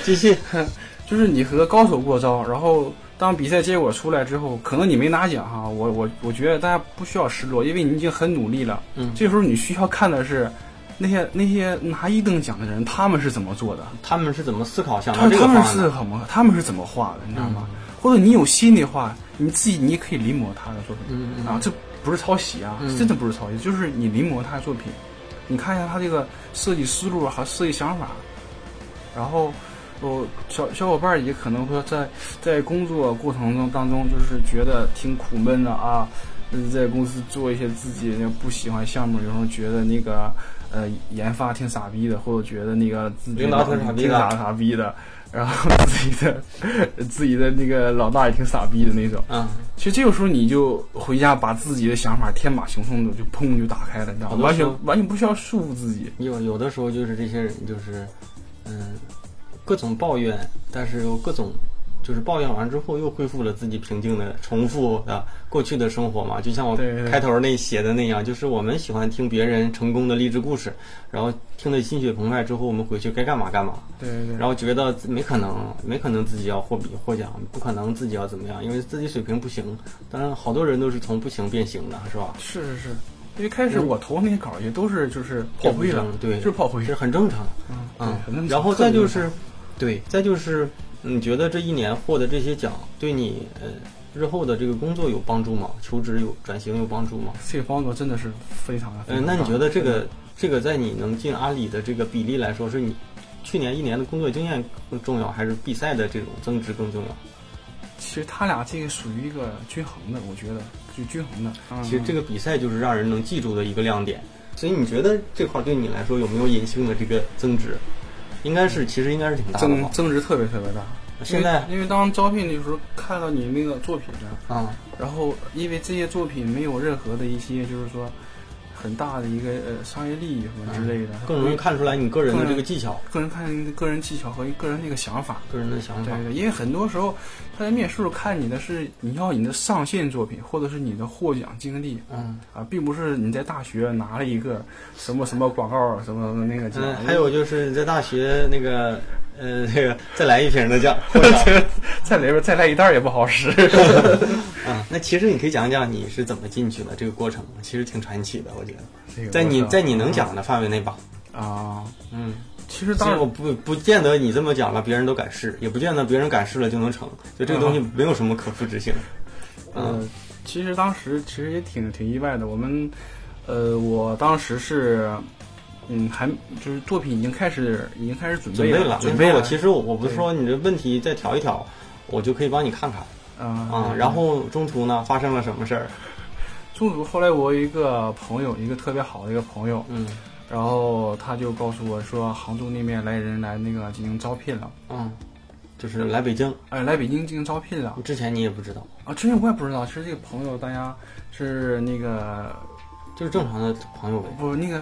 继续，
*laughs* 就是你和高手过招，然后当比赛结果出来之后，可能你没拿奖哈，我我我觉得大家不需要失落，因为你已经很努力了。
嗯，
这时候你需要看的是那些那些拿一等奖的人他们是怎么做的，
他们是怎么思考想
他
啊到这个嗯
们他
方案
们
的？
是怎么他们是怎么画的，你知道吗？或者你有心的话，你自己你也可以临摹他的作品。
嗯嗯
啊，这不是抄袭啊，
嗯
真的不是抄袭，就是你临摹他的作品，你看一下他这个设计思路和设计想法，然后我小小伙伴儿也可能会在在工作过程中当中，就是觉得挺苦闷的啊，嗯在公司做一些自己那不喜欢项目，有时候觉得那个呃研发挺傻逼的，或者觉得那个自己
领导挺傻逼的
挺傻傻逼的，然后 *laughs* 自己的 *laughs* 自己的那个老大也挺傻逼的那种。
啊，
其实这个时候你就回家把自己的想法天马行空的就砰就打开了，你知道
好
吗？
多
完
时
全
候
完全不需要束缚自己。
有有的时候就是这些人就是，嗯，各种抱怨，但是又各种就是抱怨完之后又恢复了自己平静的、重复的过去的生活嘛。就像我
对对对
哦开头那写的那样，就是我们喜欢听别人成功的励志故事，然后听得心血澎湃之后，我们回去该干嘛干嘛，
对对
然后觉得自没可能，没可能自己要获比获奖，不可能自己要怎么样，因为自己水平不行。当然，好多人都是从不行变行的，是吧？
是是是，因为开始我投那些稿也都是就是跑
不
灰
行
了，，
对，
就是跑灰
是。很正常。
嗯
嗯，
对很
然后
特别
再就
正
是，对，再就是，你觉得这一年获得这些奖，对你呃日后的这个工作有帮助吗？求职有转型有帮助吗？
这个帮助真的是非常的。
嗯、那你觉得这个这个在你能进阿里的这个比例来说，是你去年一年的工作经验更重要，还是比赛的这种增值更重要？
其实他俩这个属于一个均衡的，我觉得就均衡的。嗯
其实这个比赛就是让人能记住的一个亮点。所以你觉得这块儿对你来说有没有隐性的这个增值？应该是，其实应该是挺大的
增
吧。
增值特别特别大。
现在
因为因为当招聘的时候看到你那个作品呢，
啊，
然后因为这些作品没有任何的一些就是说很大的一个呃商业利益什么之类的，
啊更容易看出来你个人的这
更
个技巧、
个人看个人技巧和个人那个想法。
个人的想法
对。对，因为很多时候他在面试时候看你的是你要你的上线作品，或者是你的获奖经历
嗯，
啊，并不是你在大学拿了一个什么什么广告什么那个奖。
嗯，还有就是在大学那个，呃，这个再来一瓶的酱，获
*laughs*
奖
在里边再来一袋儿也不好使。
啊。那其实你可以讲讲你是怎么进去的这个过程，其实挺传奇的，我觉得，
这
*laughs*
个
在你
我知道
在你能讲的范围内吧。
啊，
嗯，
其实
当
当
然我
然
不不见得你这么讲了，别人都敢试，也不见得别人敢试了就能成，就这个东西没有什么可复制性。嗯
嗯呃，其实当时其实也挺挺意外的。我们呃，我当时是嗯，还就是作品已经开始已经开始准
准
备
备了，
准备
我
了。
其实我我不是说你这问题再调一调，我就可以帮你看看啊
啊。
然后中途呢发生了什么事儿？
中途后来我有一个朋友，一个特别好的一个朋友，
嗯
然后他就告诉我说，杭州那边来人来那个进行招聘了，
嗯，就是来北京
哎，来北京进行招聘了
之前你也不知道。
啊！之前我也不知道，其实这个朋友大家是那个
就是正常的朋友呗。
不那个，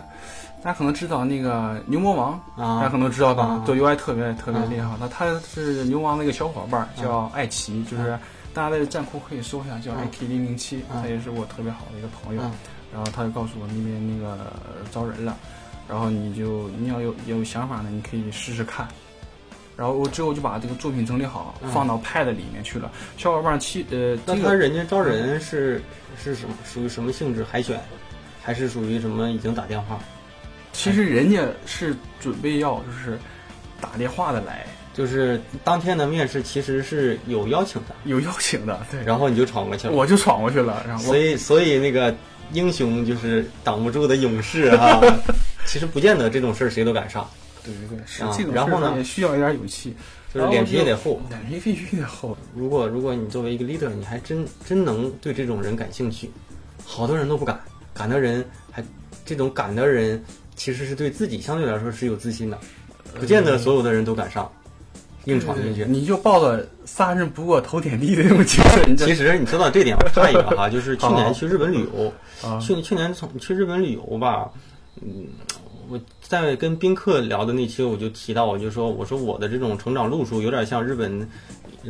大家可能知道那个牛魔王，大家
啊
可能知道吧
啊？
对 UI 特别特别
啊
厉害，那他是牛魔王那个小伙伴
嗯
叫爱奇，就是大家在站酷可以搜一下，叫
啊
IK 零零七，
啊
他也是我特别好的一个朋友
啊。
然后他就告诉我那边那个呃招人了，然后你就你要有有想法呢，你可以试试看。然后我之后就把这个作品整理好，
嗯
放到 Pad 里面去了。小伙伴七呃，
那
这
他
个
人家招人是是什么属于什么性质海选，还是属于什么已经打电话？
其实人家是准备要就是打电话的来，
就是当天的面试其实是有邀请的，
有邀请的，对。
然后你就闯过去了。
我就闯过去了，然后
所
我
以所以那个英雄就是挡不住的勇士
*laughs*
啊，其实不见得这种事儿谁都敢上，
对对对，是
啊
这种
然后呢
事儿也需要一点勇气，
就是脸皮也得厚。
脸皮必须得厚。
如果如果你作为一个 leader，你还真真能对这种人感兴趣，好多人都不敢，敢的人还这种敢的人其实是对自己相对来说是有自信的，不见得所有的人都敢上，硬闯进去。
你就抱着杀人不过头点地的那种精神，你
其
这
实你说到这点，我插一个哈，就是去
好
年去日本旅游，
啊
去去年从去日本旅游吧，嗯，我在跟宾客聊的那期我就提到，我就说我说我的这种成长路数有点像日本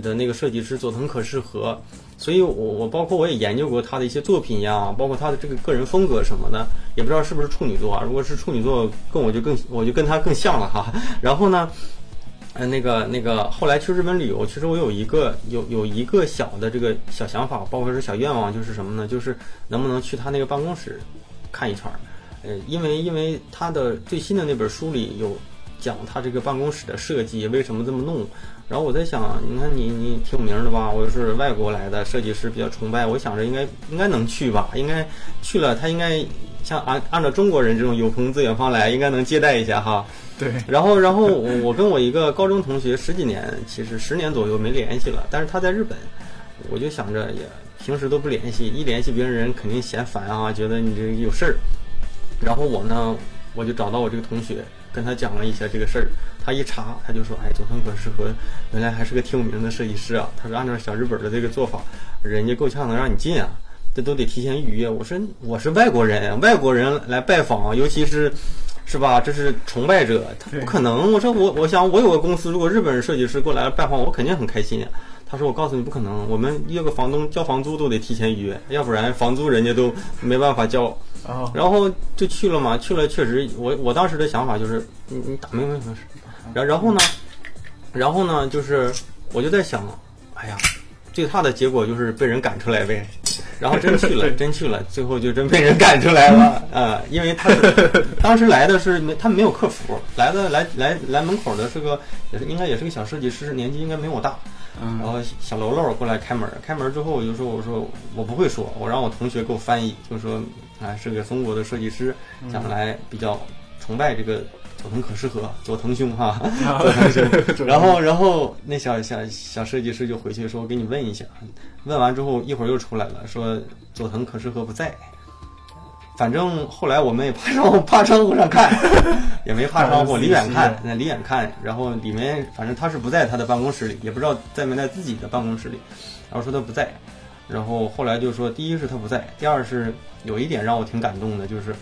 的那个设计师佐藤可士和，所以我我包括我也研究过他的一些作品呀，包括他的这个个人风格什么的，也不知道是不是处女座啊。如果是处女座，跟我就更我就跟他更像了哈。 *laughs* 然后呢？呃，那个那个，后来去日本旅游，其实我有一个有有一个小的这个小想法，包括是小愿望，就是什么呢？就是能不能去他那个办公室看一圈儿？呃，因为因为他的最新的那本书里有讲他这个办公室的设计为什么这么弄。然后我在想，你看你你挺有名的吧？我又是外国来的设计师，比较崇拜。我想着应该应该能去吧，应该去了，他应该像按按照中国人这种有朋自远方来，应该能接待一下哈。
对
然后，然后我我跟我一个高中同学十几年，其实十年左右没联系了，但是他在日本，我就想着也平时都不联系，一联系别人人肯定嫌烦啊，觉得你这有事儿。然后我呢，我就找到我这个同学，跟他讲了一下这个事儿。他一查，他就说：“哎，总算可适合，原来还是个挺有名的设计师啊。”他说：“按照小日本的这个做法，人家够呛能让你进啊，这都得提前预约。”我说：“我是外国人，外国人来拜访，尤其是，是吧？这是崇拜者，他
对
不可能。”我说：“我我想我有个公司，如果日本设计师过来拜访我，我肯定很开心呀。”啊他说：“我告诉你，不可能，我们约个房东交房租都得提前预约，要不然房租人家都没办法交。”
啊，
然后就去了嘛，去了确实，我我当时的想法就是，你你打明白合适。然然后呢，然后呢，就是我就在想，哎呀，最差的结果就是被人赶出来呗。然后真去了，真去了，最后就真被人赶出来了啊、呃因为他当时来的是没，他们没有客服，来的来来来门口的是个，也是应该也是个小设计师，年纪应该没我大。
嗯
*laughs* 然后小喽喽过来开门，开门之后我就说，我说我不会说，我让我同学给我翻译，就说啊是个中国的设计师，将来比较崇拜这个佐藤可士和佐藤兄哈，佐藤兄。然后然后那小小小设计师就回去说，我给你问一下，问完之后一会儿又出来了，说佐藤可士和不在。反正后来我们也爬窗爬窗户上看， *laughs* 也没爬窗户，离远看，那离远看，然后里面反正他是不在他的办公室里，也不知道在没在自己的办公室里，然后说他不在，然后后来就说，第一是他不在，第二是有一点让我挺感动的，就是，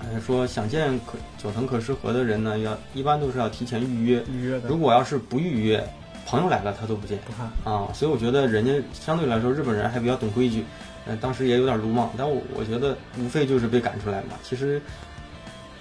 呃，说想见可九成可失和的人呢，要一般都是要提前预约，
预约的
如果要是不预约，朋友来了他都不见。
不看，
啊，所以我觉得人家相对来说日本人还比较懂规矩，呃，当时也有点鲁莽，但我我觉得无非就是被赶出来嘛。其实，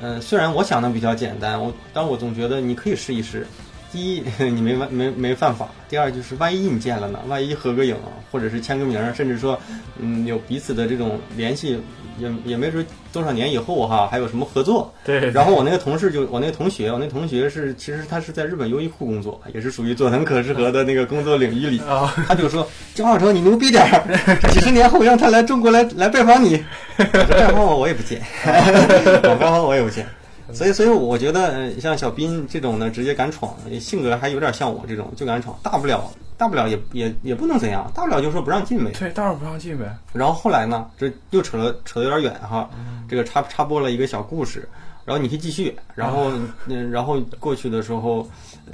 呃，虽然我想的比较简单，我但我总觉得你可以试一试。第一， *laughs* 你没犯没没犯法；第二，就是万一你见了呢，万一合个影，或者是签个名，甚至说，嗯，有彼此的这种联系，也也没准多少年以后哈，还有什么合作，
对
然后我那个同事就我那个同学，我那同学是其实他是在日本优衣库工作，也是属于佐藤可士和的那个工作领域里。
啊，
他就说：“江小成，你牛逼点儿，几十年后让他来中国来 *laughs* 来拜访你。”我说拜访我我也不见，我拜访我也不见。所以，所以我觉得呃像小斌这种呢，直接敢闯，性格还有点像我这种，就敢闯，大不了大不了也也也不能怎样，大不了就说不让进呗。
对，大伙不让进呗，
然后后来呢，这又扯了扯得有点远哈，
嗯
这个插插播了一个小故事，然后你可以继续，然后嗯，然后过去的时候，呃，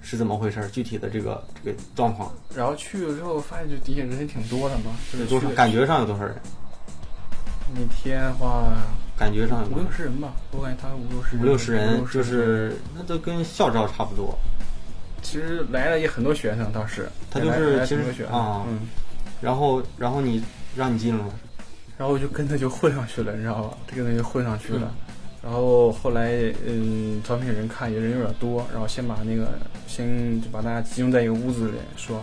是怎么回事儿？具体的这个这个状况，
然后去了之后发现就底下人也挺多的嘛，就是
有多
去
少
的
感觉上有多少人？
那天的话
感觉上有多少
五六
人
十人吧，我感觉他五六十
五六十人
五六，十
就是那都跟校招差不多。
其实来了也很多学生，当时
他就
来
是
来
其
挺多
实
学生，
啊，
嗯，
然后然后你让你进了吗？
然后我就跟他就混上去了，你知道吧？就跟他就混上去了。
嗯
然后后来，嗯，招聘人看也人有点多，然后先把那个先就把大家集中在一个屋子里，说，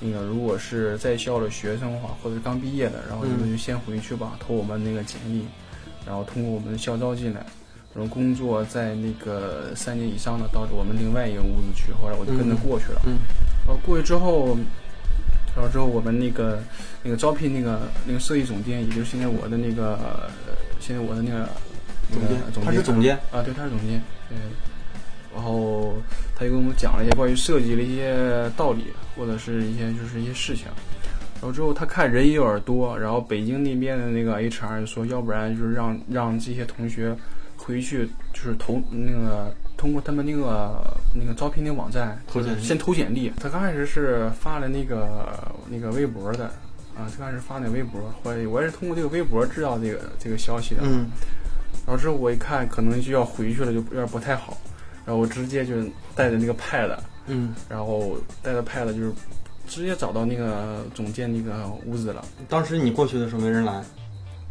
那个如果是在校的学生的话，或者是刚毕业的，然后你们
嗯
就先回去吧，投我们那个简历，然后通过我们的校招进来。然后工作在那个三年以上的，到我们另外一个屋子去。后来我就跟着
嗯
过去了。
嗯
然后过去之后，然后之后我们那个那个招聘那个那个设计总监，也就是现在我的那个呃现在我的那个那
总
个
监，
总
他是总监，
啊，对，他是总监，对。然后他就跟我们讲了一些关于设计的一些道理，或者是一些就是一些事情。然后之后他看人也有点多，然后北京那边的那个 HR 就说，要不然就是让让这些同学回去，就是投那个通过他们那个那个招聘那个网站，
投简历
先投简历。他刚开始是发了那个那个微博的，啊，他刚开始发那微博，后来我也是通过这个微博知道这个这个消息的。
嗯，
然后之后我一看，可能就要回去了，就有点不太好。然后我直接就带着那个 pad，
嗯，
然后带着 pad 就是直接找到那个总监那个屋子了，
当时你过去的时候没人来，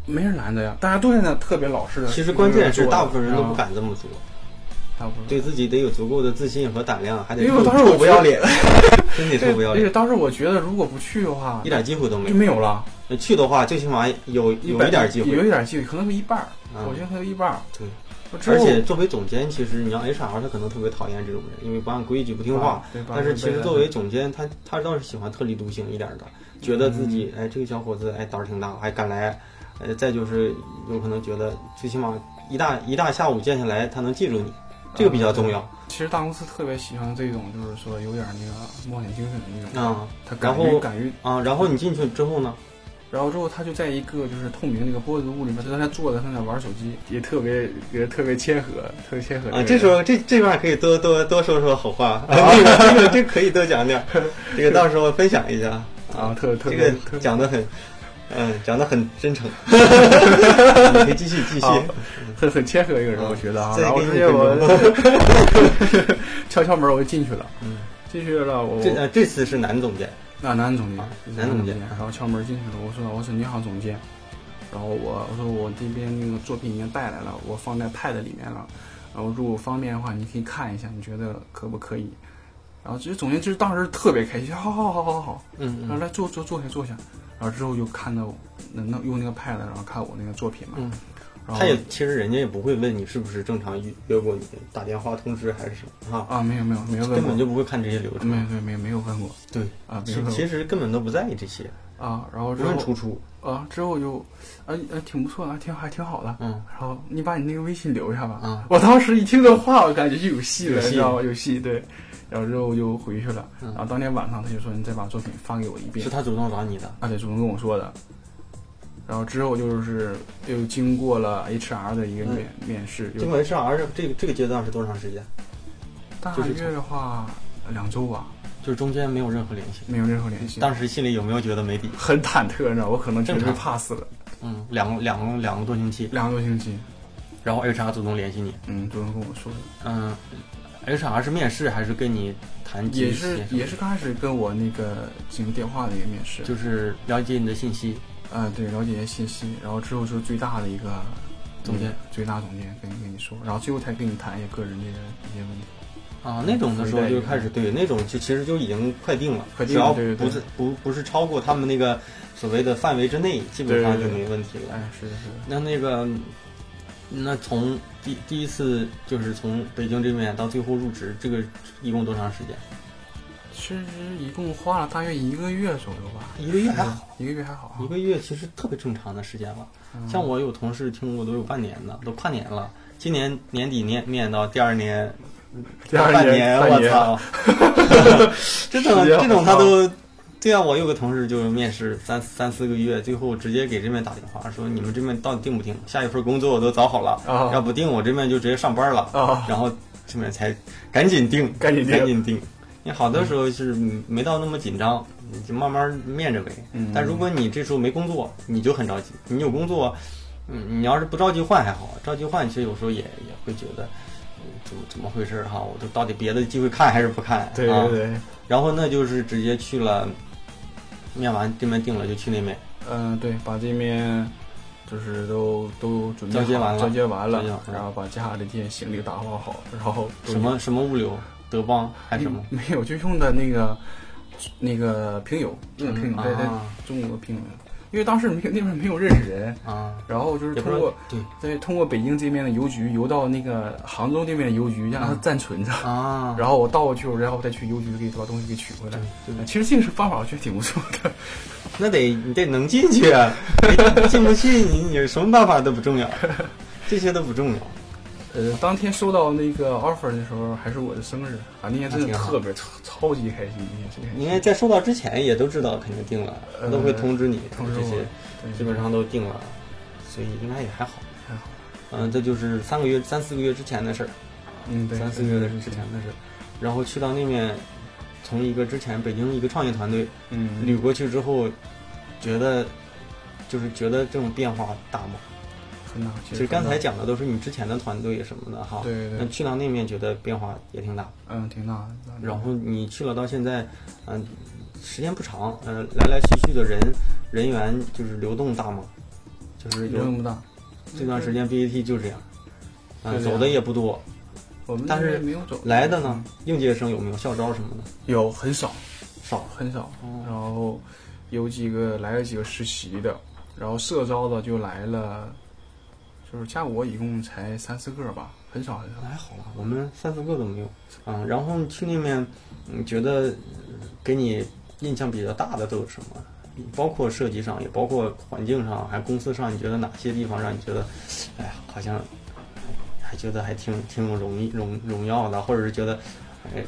没人拦着呀，大家都在那特别老实的。嗯
其实关键是
坐着
大部分人都不，敢这么做。
啊大部分
对自己得有足够的自信和胆量，还得
因为我
臭
当时我
臭不
觉得
要
*laughs*
脸，真得臭不要
而且
脸，
当时我觉得，如果不去的话
一，点机会都没
就没有了，
有。去的话，最起码有有
百
一点机会
有一点机会，可能是一半儿，
啊
我。觉得可能一半儿。
对，
我之后
而且作为总监，其实你让 HR 他可能特别讨厌这种人，因为不按规矩、不
啊
听话。，
对吧
但是其实
啊
作为总监，他他倒是喜欢特立独行一点的，觉得自己
嗯
哎这个小伙子哎胆儿挺大，还敢来，呃再就是有可能觉得最起码一大一大下午见下来，他能记住你，这个比较重要
其实大公司特别喜欢这种，就是说有点那个冒险精神的那种，
啊
他
然
敢
后
于敢于，
啊。然后你进去之后呢，
然后之后他就在一个就是透明那个玻璃屋里面，他在那坐着，他在那玩手机，也特别也特别谦和，特别谦和
啊，这时
候
候这这边可以多多多说说好话，
啊
那个 *laughs* 这个这个可以多讲点儿，
*laughs*
这个到时候分享一下
啊，特特
这
别
个
特别
讲的很，嗯，讲的很真
*laughs*
诚，你可以继续继续，
好很很谦和一个人，
嗯
我觉得啊。
再
然后
给你
直接
一分
我 *laughs* 敲敲门我就进去了，
嗯
进去了我
这呃这次是男总监，
啊男总监
啊，
男
男总监
监，然后敲门进去了，我说我说你好总监，然后我我说我这边那个作品已经带来了，我放在 Pad 里面了，然后如果方便的话你可以看一下，你觉得可不可以？然后其实总监就是当时特别开心，好好好好好，
嗯
然后来坐坐坐下坐下，然后之后就看到那那用那个 Pad，然后看我那个作品嘛，
嗯
然后
他也其实人家也不会问你是不是正常约约过你，打电话通知还是什么啊，
啊没有没有没有问
根
过
本就不会看这些流程，
没有对没有没有问过
对，
啊，没
其
有问过
其实根本都不在意这些，
啊，然后
不
之
问
后
出处，
啊之后就，呃呃挺不错的，挺还挺好的。
嗯
然后你把你那个微信留下吧。
啊
我当时一听这话，我感觉就有戏了，
有戏
你知道吗？有戏对。然后之后我就回去了。然后
嗯，
当天晚上他就说你再把作品发给我一遍
是，他主动找你的，
而且主动跟我说的。然后之后就是又经过了 HR 的一个
嗯
面、面试，
经
又
过 HR 这这个这个阶段是多长时间？
大
就是
约的话两周吧，
就是中间没有任何联系。
没有任何联系。
当时心里有没有觉得没底？
很忐忑，你知道吗，我可能绝对
正常
pass 了
嗯，两个两个两个多星期，
两个多星期。
然后 HR 主动联系你，
嗯，主动跟我说的。
嗯，HR 是面试还是跟你谈
也
及些
是
什么
也是刚开始跟我那个进行电话的一个面试，
就是了解你的信息，
啊、对，了解一些信息，然后之后就是最大的一个
总监，
最大总监跟跟你说，然后最后才跟你谈一些个人这个一些问题。
啊，那种的时候
对
就开始对那种就其实就已经快定了，
快定
只要
了对对对
不是不不是超过他们那个所谓的范围之内，基本上就
对对对
没问题了。
哎，是的，是的，
那那个，那从第第一次就是从北京这边到最后入职，这个一共多长时间？
其实一共花了大约一个月左右吧，
一个月还好，
一个月还好啊嗯
一。个月其实特别正常的时间吧。像我有同事听过都有半年的，都跨年了，今年年底面面到第二年，
*laughs* 第二
半
年半
我
年 *laughs*
操，这种
时间好
这种他
长
都。对啊，我有个同事就是面试三三四个月，最后直接给这边打电话说：“你们这边到底定不定？下一份工作我都找好了，
啊
要不定我这边就直接上班了。
啊，
然后这边才赶紧定，
赶紧定
赶紧定。你好的时候是没到那么紧张，你就慢慢面着呗。
嗯
但如果你这时候没工作，你就很着急。你有工作，嗯，你要是不着急换还好，着急换其实有时候也也会觉得，嗯怎么怎么回事儿哈、我都到底别的机会看还是不看？
对
啊
对对，
然后那就是直接去了，面完这边定了就去那边。
嗯、对，把这面就是都都准备
交接
好
完了
交接
交
完
接完
了，
了
然后把家里的这些行李打包好，然后都
什么什么物流，德邦还是什么？
嗯没没有，就用的那个那个平邮，用的平邮，在在
啊
中国平邮，因为当时没有那边没有认识人，
啊，
然后就是
也不
通
知
过
道对
对通过北京这边的邮局邮到那个杭州那边的邮局，让
嗯
它暂存着，
啊，
然后我倒过去，然后再去邮局给把东西给取回来。
对
其实这个是方法，我觉得挺不错的。 *laughs*
那得你得能进去，啊，你进不去你你什么办法都不重要，这些都不重要。
呃，当天收到那个 offer 的时候，还是我的生日啊，那天真的
那挺好
特别超超级开心，那天真的开
因
心。
为在收到之前也都知道肯定定了，
呃
都会通知你，
通知
这
我
些
对
基本上都定了，所以应该也还好。
还好
嗯，这就是三个月、三四个月之前的事儿，
嗯，对，
三四个月之前的事儿。然后去到那面，从一个之前北京一个创业团队
嗯，
捋过去之后，觉得就是觉得这种变化大吗？
很大。
其实刚
很大
才讲的都是你之前的团队什么的哈，
对对
那
对，
去到那面觉得变化也挺大，
嗯，挺大的。
然后你去了到现在，嗯、时间不长，嗯、来来去去的人人员就是流动大嘛，就是
流
有
动不大，
这段时间 BAT 就这样，嗯、
就这样
走的也不多，
我们
但是
那边没有走嗯
来的呢，应届生有没有校招什么的？
有很少
少，
很少，
哦
然后有几个来了几个实习的，然后社招的就来了，就是加我一共才三四个吧，很少很少。
还好吧，我们三四个都没有，啊、然后去那面，嗯，觉得呃给你印象比较大的都有什么？包括设计上，也包括环境上，还公司上，你觉得哪些地方让你觉得，哎呀，好像还还觉得还挺挺有荣荣荣耀的，或者是觉得，哎，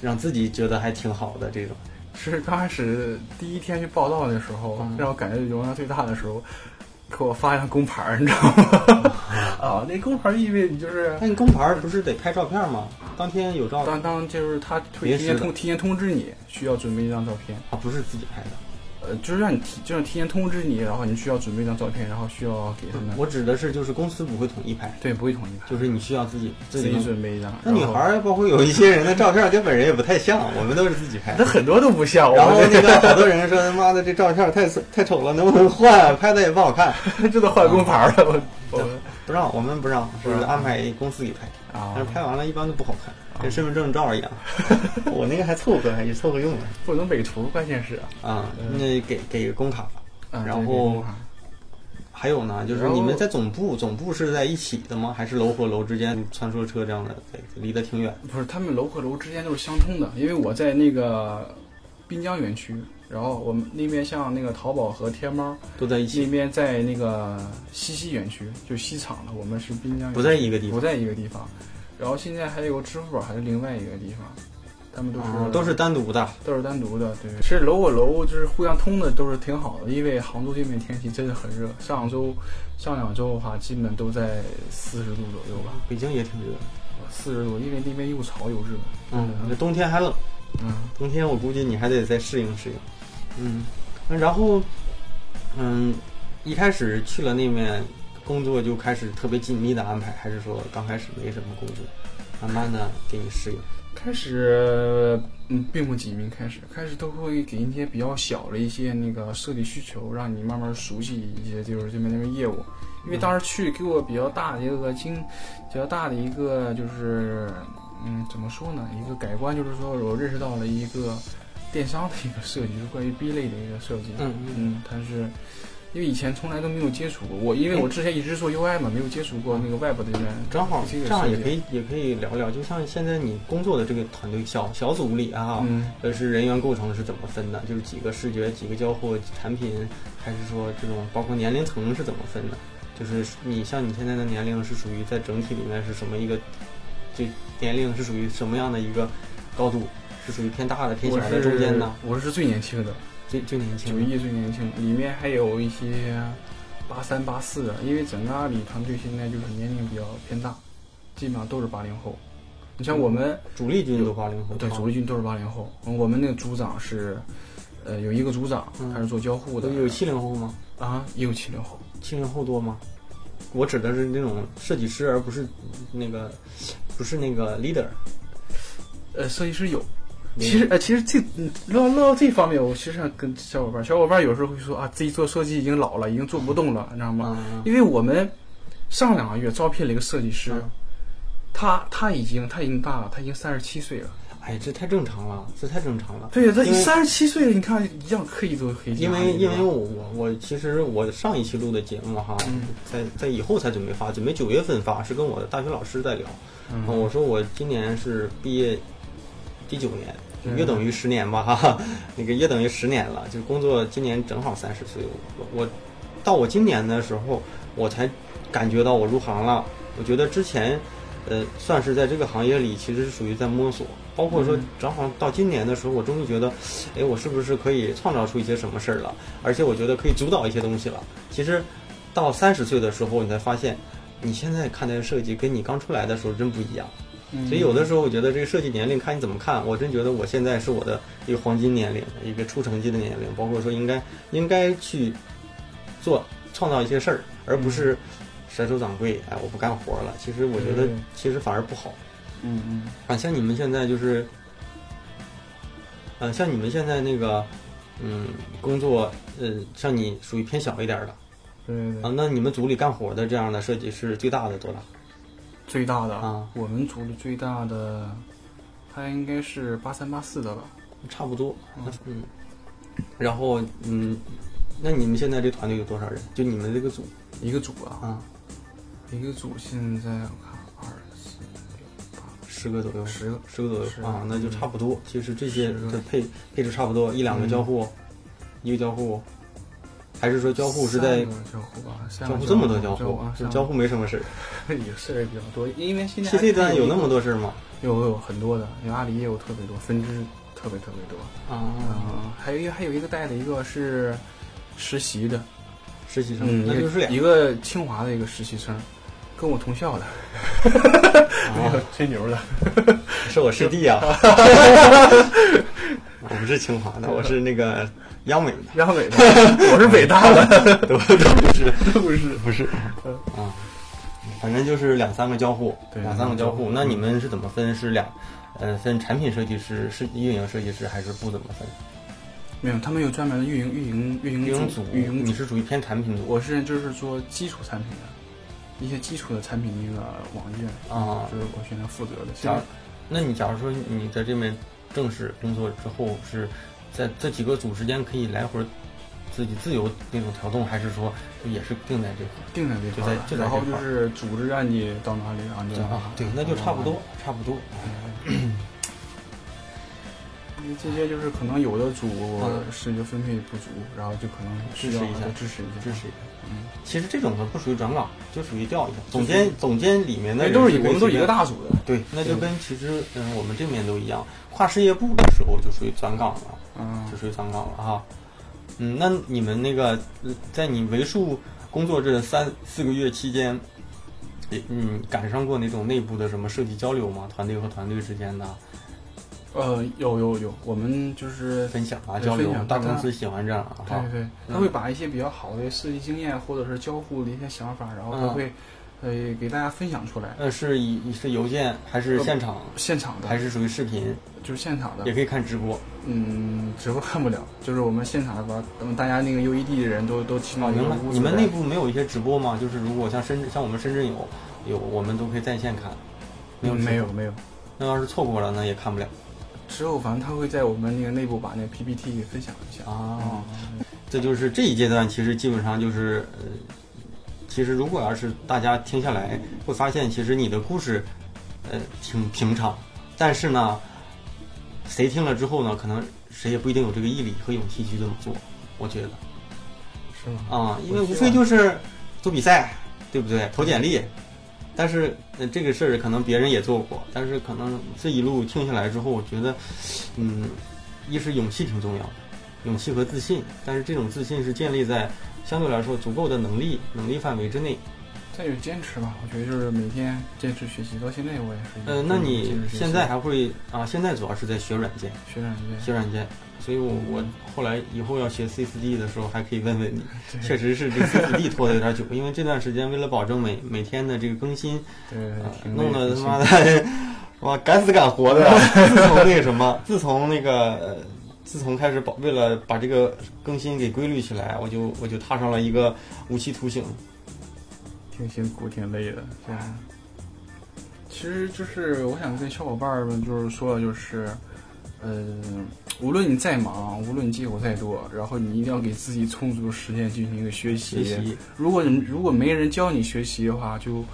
让自己觉得还挺好的这种。
是刚开始第一天去报道的时候，
嗯
让我感觉容量最大的时候，给我发一张工牌儿，你知道吗？ *laughs* 啊，那工牌儿意味你就是
那你工牌儿不是得拍照片吗？当天有照
当当就是他会
临时
提前
哦的
通提前通知你需要准备一张照片，
啊，不是自己拍的。
呃，就是让你提就是提前通知你，然后你需要准备一张照片，然后需要给他们，
我指的是就是公司不会统一拍，
对，不会统一拍，
就是你需要自己
自己准备一张。
那女孩，儿包括有一些人的照片儿跟本人也不太像，我们都是自己拍的
那。很多都不像，我
然后
们
那个好多人说他妈的这照片儿太太丑了，能不能换？啊拍的也不好看，
这这都换工牌儿了，我我们
不让，我们不让，是安排公司给拍，
啊
但是拍完了一般都不好看，跟身份证照一样。 *laughs* 我那个还凑合，还是凑合用的
不能美图，关键是啊，
啊。那给给个工卡，
嗯
然
对
后
给工牌儿
还有呢，就是
然后
你们在总部，总部是在一起的吗？还是楼和楼之间穿梭车这样的，对离得挺远？
不是，他们楼和楼之间都是相通的，因为我在那个滨江园区，然后我们那边像那个淘宝和天猫
都在一
那
起，
边在那个西溪园区，就西厂了，我们是滨江园区
不在一个地方
不，在一个地方，然后现在还有个支付宝还是另外一个地方，他们都是、
啊都是单独的。
都是单独的，对。其实楼和楼就是互相通的，都是挺好的，因为杭州这边天气真的很热，上周上两周的话，基本都在四十度左右吧，
北京也挺热，
四十度，因为那边又潮又热，
嗯，这冬天还冷，
嗯。
冬天我估计你还得再适应适应。嗯，那然后，嗯，一开始去了那面工作就开始特别紧密的安排，还是说刚开始没什么工作，慢慢的给你适应？
开始，呃嗯，并不紧密。开始，开始都会给一些比较小的一些那个设计需求，让你慢慢熟悉一些就是这边那边业务。因为当时去给我比较大的一个经，比较大的一个就是，嗯，怎么说呢？一个改观就是说我认识到了一个电商的一个设计，就是关于 B 类的一个设计。
嗯嗯，
嗯，它是因为以前从来都没有接触过，我因为我之前一直做 UI 嘛，没有接触过那个 Web 这边。
正好
这
这
个
样也
是
可以也可以聊聊，就像现在你工作的这个团队小小组里啊，
嗯，
呃，是人员构成是怎么分的？就是几个视觉、几个交互产品，还是说这种包括年龄层是怎么分的？就是你像你现在的年龄是属于在整体里面是什么一个？就年龄是属于什么样的一个高度？是属于偏大的、偏小
我
的、
是
中间的？
我是最年轻的。
最最年轻
九
的？
一最年轻，里面还有一些八三八四的，因为整个阿里团队现在就是年龄比较偏大，基本上都是八零后。你像我们，
主力军都八零后，
对主力军都是八零后，嗯我们那个组长是，呃，有一个组长
嗯
他是做交互的，
有七零后吗？
啊，也有七零后，
七零后多吗？我指的是那种设计师，而不是那个不是那个 leader。
呃，设计师有。
没有
其实，呃，其实这嗯唠唠到这方面，我其实想跟小伙伴，小伙伴有时候会说啊，自己做设计已经老了，已经做不动了，你知道吗？
嗯，
因为我们上两个月招聘了一个设计师，
嗯
他他已经他已经大了，他已经三十七岁了。
哎，这太正常了，这太正常了。
对，他
因为
三十七岁了，你看一样可以做可以
因
做。
为因为
对吧
我我我其实我上一期录的节目哈，
嗯
在在以后才准备发，准备九月份发，是跟我的大学老师在聊。
嗯
我说我今年是毕业第九年，
嗯
约等于十年吧，哈哈， *laughs* 那个约等于十年了，就工作今年正好三十岁。我我到我今年的时候，我才感觉到我入行了。我觉得之前呃，算是在这个行业里，其实是属于在摸索。包括说
嗯，
正好到今年的时候，我终于觉得，哎，我是不是可以创造出一些什么事儿了？而且我觉得可以主导一些东西了。其实，到三十岁的时候，你才发现，你现在看待设计跟你刚出来的时候真不一样。嗯所以有的时候，我觉得这个设计年龄看你怎么看。我真觉得我现在是我的一个黄金年龄，一个出成绩的年龄，包括说应该应该去做创造一些事儿，而不是甩手掌柜。哎，我不干活了。其实我觉得
嗯，
其实反而不好。
嗯嗯，
啊，像你们现在就是，嗯、像你们现在那个，嗯，工作，呃，像你属于偏小一点儿的
对对对，
啊。那你们组里干活的这样的设计师最大的多大
最大的
啊？
我们组里最大的，他应该是八三八四的吧？
差不多
嗯，
嗯。然后，嗯，那你们现在这团队有多少人？就你们这个组
一个组啊，
啊，
一个组现在我看二四六八
十个左右，
十个，
十个左
十
右
个
啊，那就差不多。其实这些
十个
的配配置差不多，一两个
嗯
交互，一个交互，还是说交互是
三
在
个交互吧，三
交
个
互这么多
交
交互
啊，，
就
三
交
互
互没什么事儿。
*laughs* 有事儿比较多，因为现在
P C 端有
有
那么多事儿吗？
有有很多的，因为阿里也有特别多分支，特别特别多。
啊，
嗯，还有一个还有一个带的一个是实习的，
实习生
嗯，
那就是俩
一个清华的一个实习生，跟我同校的，
啊，
*laughs* 吹牛 *laughs* 的，
是我师弟啊。 *laughs* 我不是清华的，我是那个央美的，
央美 *laughs* 的，我是北大的，
都都不是，
都不是。
不是啊，反正就是两三个交互，
对
两三个交互。
两三个交互
那你们是怎么分？是两，呃，分产品设计师、是运营设计师，还是不怎么分？
没有，他们有专门的运营运营运
运营
营
组，
运营
你是属于偏产品组
我是就是做基础产品的，一些基础的产品那个网页，
啊。
就是我现在负责的。
假如，那你假如说你在这边正式工作之后，是在这几个组之间可以来回自己自由那种调动，还是说就也是定在这块儿？
定在这块儿了
就在就在
然后
这
就
块儿
是组织让你到哪里，然后你就到哪里
对，啊那就差不多，差不多。啊嗯
因为这些就是可能有的组
嗯
视觉分配不足，然后就可能需要
支持一下
支持一下，
支持一下。
嗯，
其实这种的不属于转岗，就属于调一下。
就
总
是
监总监里面的人
那哎都是
是
一
可以
我们都是
随
一个
便
大组的，
对，那就跟其实嗯我们这边都一样，跨事业部的时候就属于转岗了，
嗯
就，属于转岗了哈。嗯，那你们那个呃在你为数工作这三四个月期间，也嗯赶上过那种内部的什么设计交流吗？团队和团队之间的
呃，有有有，我们就是
分享啊
对
交流
分，享
大
大家
公司喜欢这样啊哈
对。对，他会把一些比较好的设计经验或者是交互的一些想法，然后他
嗯
会呃给大家分享出来，
呃，是以是邮件还是
呃
现场，
现场的
还是属于视频？
就是现场的
也，可以看直播。
嗯，直播看不了，就是我们现场的把我们大家那个 UED 的人都都请到
哦，
一个
明白。
屋子
你们
来
内部没有一些直播吗？就是如果像深圳，像我们深圳有有，我们都可以在线看。没有
嗯
直播
没有。没有，
那要是错过了，那也看不了
之后反正他会在我们那个内部把那个 PPT 给分享一下。嗯
啊。这就是这一阶段，其实基本上就是，呃，其实如果要是大家听下来，会发现其实你的故事，呃，挺平常，但是呢，谁听了之后呢，可能谁也不一定有这个毅力和勇气去这么做。我觉得。
是吗？
啊，因为
我
无
希
非
望
就是做比赛，对不对？投简历，但是呃，这个事儿可能别人也做过，但是可能这一路听下来之后，我觉得，嗯，一是勇气挺重要的，勇气和自信，但是这种自信是建立在相对来说足够的能力能力范围之内。
再有坚持吧，我觉得就是每天坚持学习，到现在我也嗯是一直坚持学习。
呃，那你现在还会啊？现在主要是在学软件，
学软件？
学软件，所以我
嗯
我后来以后要学 C 4 D 的时候，还可以问问你。确
对
实是这 C 4 D 拖的有点久，因为这段时间为了保证每每天的这个更新，
对
啊，
挺
弄
累
得他
挺辛
妈的，哇，赶死赶活
*laughs*
的。啊自从那个什么，自从那个，呃自从开始保为了把这个更新给规律起来，我就我就踏上了一个无期徒刑。
挺辛苦，挺累的。对，啊其实就是我想跟小伙伴们就是说，就是，呃，无论你再忙，无论你借口再多，然后你一定要给自己充足的时间进行一个学
学习，
如果你如果没人教你学习的话，就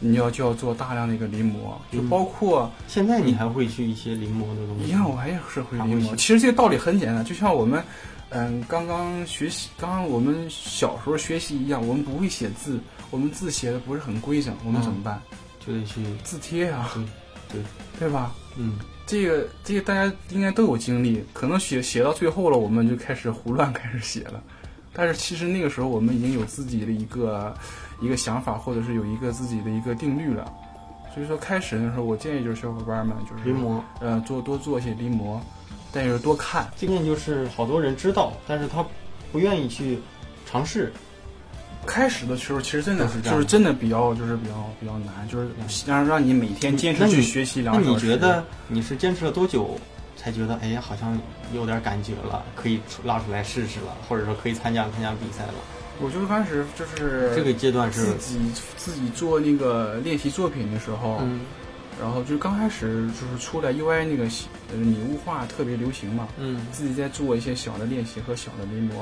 你要就要做大量的一个临摹，就
嗯
包括
现在你还会去一些临摹的东西？
一样，我还是会
还
临
会
摹。
学
其实这个道理很简单，就像我们，嗯，刚刚学习，刚刚我们小时候学习一样，我们不会写字，我们字写的不是很规整，我
嗯
们怎么办？
就得去，
字帖啊，
对
对吧？
嗯，
这个这个大家应该都有经历，可能写写到最后了，我们就开始胡乱开始写了。但是其实那个时候我们已经有自己的一个一个想法，或者是有一个自己的一个定律了。所以说开始的时候，我建议就是小伙伴们就是
临摹。
呃，做多做一些临摹，但是多看，
这个就是好多人知道，但是他不愿意去尝试。
开始的时候，其实真的
就是这样
就是真的比较就是比较比较难，就是让让你每天坚
那
持
你
去学习两
那
个小时。
你觉得你是坚持了多久才觉得哎呀，好像有点感觉了，可以出拉出来试试了，或者说可以参加参加比赛了？
我就是当时就是
这个阶段是
自己自己做那个练习作品的时候，
嗯
然后就刚开始就是出来 UI 那个呃拟物化特别流行嘛，
嗯
自己在做一些小的练习和小的临摹，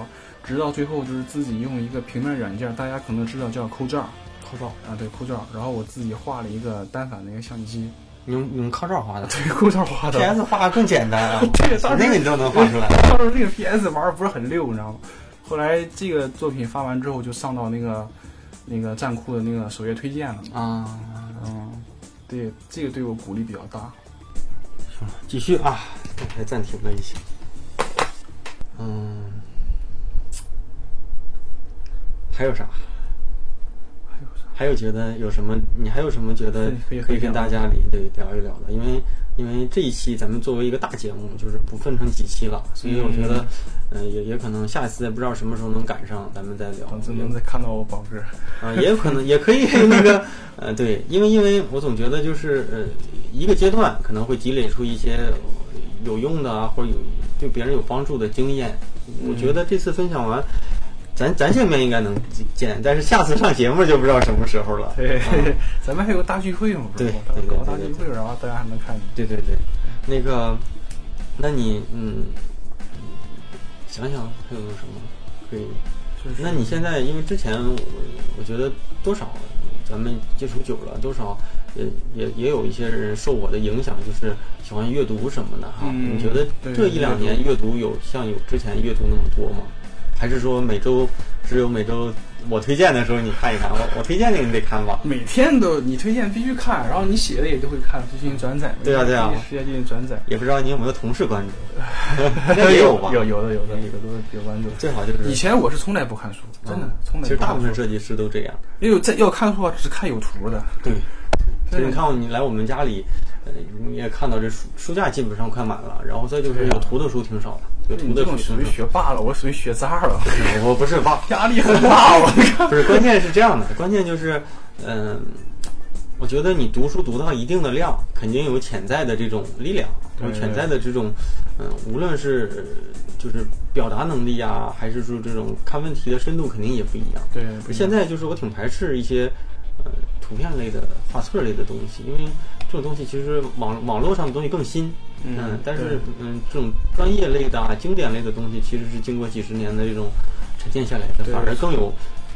直到最后就是自己用一个平面软件，大家可能知道叫抠照
靠照，
啊，对抠照，然后我自己画了一个单反的一个相机， *laughs*
你用你用靠照画的
对抠照画的。
，PS 画更简单啊，
*laughs* 对当时 *laughs*
那个你都能画出来。
当时那个 PS 玩的不是很溜，你知道吗？后来这个作品发完之后，就上到那个那个站酷的那个首页推荐了。
啊，
嗯，对，这个对我鼓励比较大。
继续啊，刚才暂停了一下。嗯，还有啥？
还有啥？
还有觉得有什么？你还有什么觉得
呃可以可以
可以
可以
跟大家里对聊一聊的？因为因为这一期咱们作为一个大节目，就是不分成几期了，所以我觉得，嗯，也也可能下一次不知道什么时候能赶上，咱们再聊。
等真能再看到我宝哥，
啊，也有可能，也可以 *laughs* 那个，呃，对，因为因为我总觉得就是呃，一个阶段可能会积累出一些呃有用的啊，或者有对别人有帮助的经验。我觉得这次分享完，咱咱见面应该能见，但是下次上节目就不知道什么时候了。
对
啊，
咱们还有个大聚会嘛，不是
对
吗？咱们搞个大
对对
聚
对
会，然后大家还能看见。
对对对，那个，那你嗯，想想还有没有什么可以？
就是
那你现在，因为之前我我觉得多少咱们接触久了，多少也也也有一些人受我的影响，就是喜欢阅读什么的哈。
嗯
你觉得这一两年阅读有像有之前阅读那么多吗？还是说每周只有每周我推荐的时候你看一看，我我推荐那个你得看吧？
每天都你推荐必须看，然后你写的也都会看，就进行转载。
对啊对啊
第一时间进行转载。
也不知道你有没有同事关注，应
*laughs*
该也有吧？
有有的有的有的都是有关注。
最好就是
以前我是从来不看书，真的
嗯，
从
其
来不看书。
实大部分设计师都这样。
因为在要看的话，只看有图的。
对，所以
对
你看你来我们家里，呃，你也看到这书书架基本上快满了，然后再就是
对啊
有图的书挺少的，有
你
图
这
的
种
书
属
挺
于
少
学霸了，我属于学渣了，
的。我不
*laughs*
是吧？
压力很大。我
不是，关键是这样的，关键就是，嗯、我觉得你读书读到一定的量，肯定有潜在的这种力量，
对
有潜在的这种，嗯、无论是呃就是表达能力啊，还是说这种看问题的深度，肯定也不一样。
对，
现在就是我挺排斥一些呃图片类的、画册类的东西，因为这种东西其实网网络上的东西更新，
嗯
但
对
是嗯，这种专业类的、啊、经典类的东西，其实是经过几十年的这种沉淀下来的，
对
反而更有，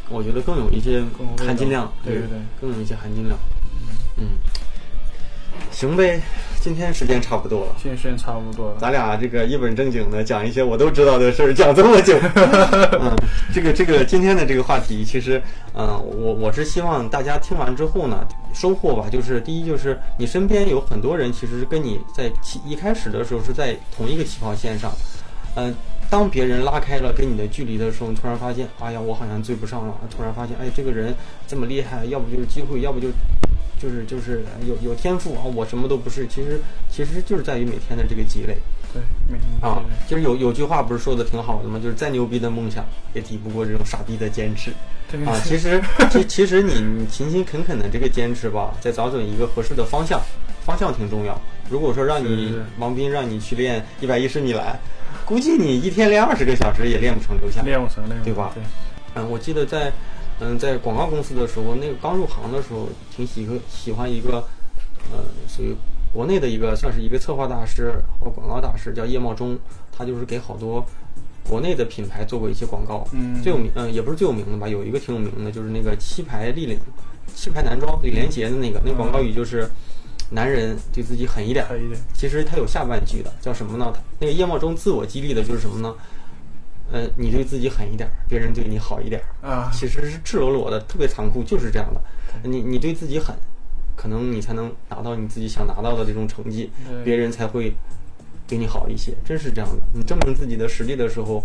我觉得更有一些
更有味道
含金量，嗯
对对对，
更有一些含金量，嗯，行呗，今天时间差不多了。
现在时间差不多了。
咱俩这个一本正经的讲一些我都知道的事儿，讲这么久，嗯，这个这个今天的这个话题，其实，嗯、我我是希望大家听完之后呢，收获吧，就是第一就是你身边有很多人其实是跟你在起一开始的时候是在同一个起跑线上，嗯、当别人拉开了跟你的距离的时候，你突然发现，哎呀，我好像追不上了。突然发现，哎，这个人这么厉害，要不就是机会，要不就就是就是有有天赋啊，我什么都不是。其实其实就是在于每天的这个积累。
对，每天
啊，就是有有句话不是说的挺好的吗？就是再牛逼的梦想也抵不过这种傻逼的坚持
对
啊。其实，其 *laughs* 其实你你勤勤恳恳的这个坚持吧，再找准一个合适的方向，方向挺重要。如果说让
是
你
是
王斌让你去练一百一十米栏，估计你一天练二十个小时也练不成刘翔。
练武成，练武
对吧
对，
嗯，我记得在嗯在广告公司的时候，那个刚入行的时候，挺喜欢喜欢一个呃属于国内的一个算是一个策划大师或广告大师，叫叶茂中，他就是给好多国内的品牌做过一些广告。
嗯
最有名嗯、也不是最有名的吧，有一个挺有名的，就是那个七牌立领，七牌男装李连杰的那个，那广告语就是男人对自己狠一点。
可以的。
其实它有下半句的，叫什么呢？它那个叶茂中自我激励的就是什么呢？呃，你对自己狠一点儿，别人对你好一点儿，
啊，
其实是赤裸裸的，特别残酷，就是这样的。你你对自己狠，可能你才能拿到你自己想拿到的这种成绩，
对
别人才会对你好一些，真是这样的。你证明自己的实力的时候，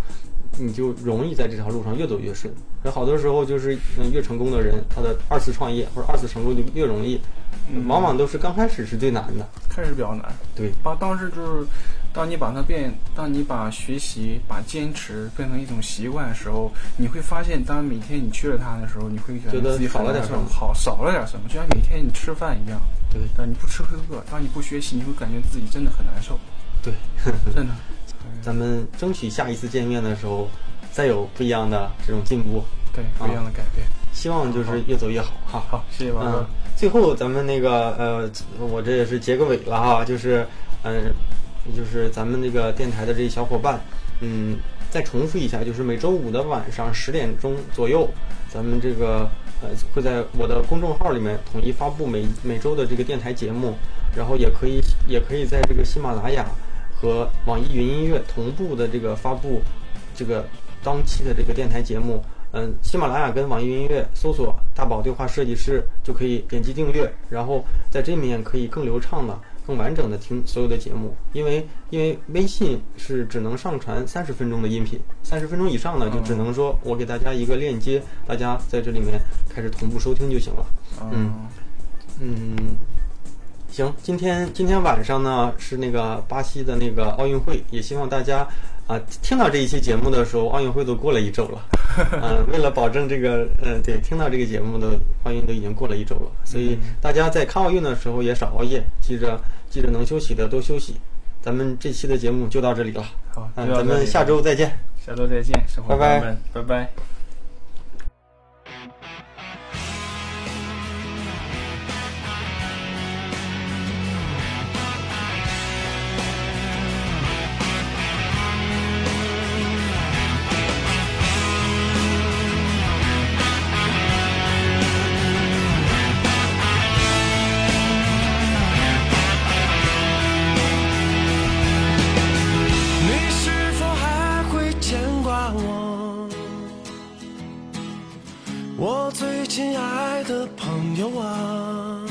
你就容易在这条路上越走越顺。那好多时候就是，嗯，越成功的人，他的二次创业或者二次成功就越容易，
嗯
往往都是刚开始是最难的。
开始比较难。
对，
把当时就是，当你把它变，当你把学习、把坚持变成一种习惯的时候，你会发现，当每天你缺了它的时候，你会
觉得
自己
少
好
了点
什
什
么
么，
好少了点什么，就像每天你吃饭一样。
对
当你不吃会饿，当你不学习，你会感觉自己真的很难受，
对，
*laughs* 真的。
咱们争取下一次见面的时候，再有不一样的这种进步。
对，不一样的改变。
希望就是越走越好哈。
好，谢谢王
嗯
哥。，
最后咱们那个呃，我这也是结个尾了哈，就是嗯、就是咱们这个电台的这些小伙伴，嗯，再重复一下，就是每周五的晚上十点钟左右，咱们这个呃会在我的公众号里面统一发布每每周的这个电台节目，然后也可以也可以在这个喜马拉雅和网易云音乐同步的这个发布这个当期的这个电台节目，嗯、喜马拉雅跟网易云音乐搜索“大宝对话设计师”就可以点击订阅，然后在这面可以更流畅的、更完整的听所有的节目。因为因为微信是只能上传三十分钟的音频，三十分钟以上呢，就只能说我给大家一个链接，大家在这里面开始同步收听就行了。嗯嗯，行，今天今天晚上呢是那个巴西的那个奥运会，也希望大家啊、听到这一期节目的时候，奥运会都过了
*laughs*
一周了。嗯、为了保证这个呃，对，听到这个节目的奥运都已经过了一周了，所以
嗯
大家在看奥运的时候也少熬夜，记着记着能休息的多休息。咱们这期的节目就到这里了，
好，
嗯、
就到
咱
这
们
里
下周再见。
下周再见，生活
拜拜
朋友们，拜拜。
你是否还会牵挂我？我最亲爱的朋友啊，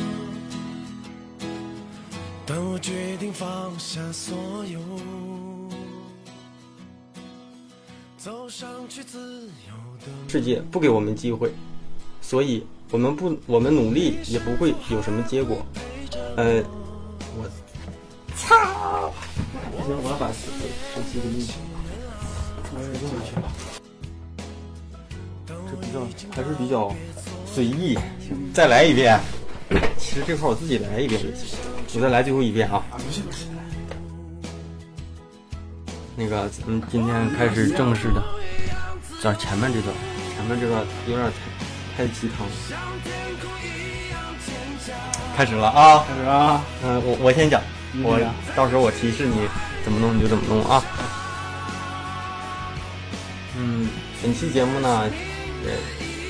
当我决定放下所有，走上去自由的路
世界不给我们机会，所以我们不，我们努力也不会有什么结果。呃，我操！不行，我要把手机给你，我也用回去了。这比较还是比较随意。行，再来一遍。其实这块我自己来一遍也行，我再来最后一遍啊。那个，咱们今天开始正式的。这前面这段，前面这个有点太太鸡汤了。开始了啊！
开始啊，
嗯、我我先讲，
你
我
讲
到时候我提示你怎么弄你就怎么弄啊。嗯，本期节目呢，呃，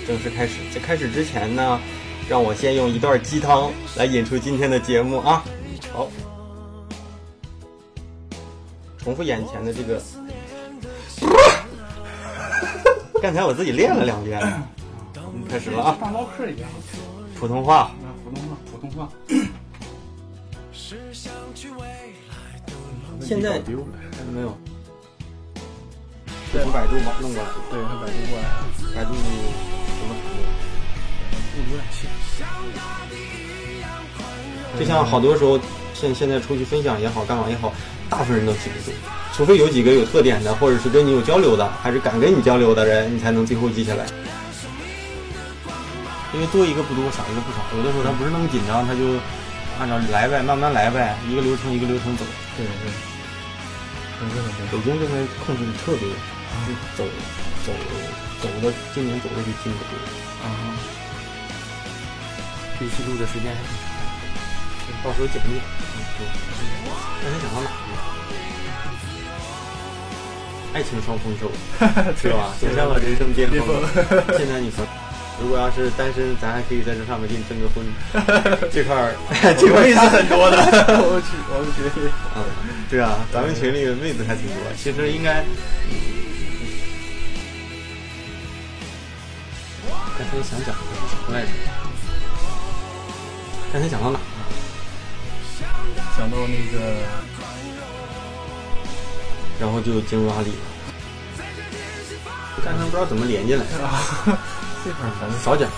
正式开始。在开始之前呢，让我先用一段鸡汤来引出今天的节目啊。好，重复眼前的这个。 *laughs* 刚才我自己练了两遍，嗯开始了啊！
大唠嗑一样，
普通话，
那普通话，普通话，
是想去未来的路。
现在
丢了，
没有，从百度吧弄过来的。
对他百度过来了，
百度什么卡
不多气。
路？就像好多时候，现现在出去分享也好，干嘛也好，大部分人都记不住，除非有几个有特点的，或者是跟你有交流的，还是敢跟你交流的人，你才能最后记下来。因为多一个不多，少一个不少。有的时候他不是那么紧张，他就按照来呗，慢慢来呗，一个流程一个流程走。
对对对，很对很对。
北京这边控制的特别，就走走走的，今年走的比去年多。
啊，
这一期录的时间还挺长，到时候剪辑。嗯刚才讲到哪儿了？爱情双丰收，是吧？走上了人生巅峰。现在你说，如果要是单身，咱还可以在这上面给你征个婚。这块儿，这块儿
很多的，我去，我去。
嗯， *laughs* 对啊，咱们群里的妹子还挺多。其实应该，刚才想讲的是什么来着？刚才讲到哪儿了？
想到那个，
然后就进入阿里了。刚才不知道怎么连进来的，
这块儿咱们
少讲。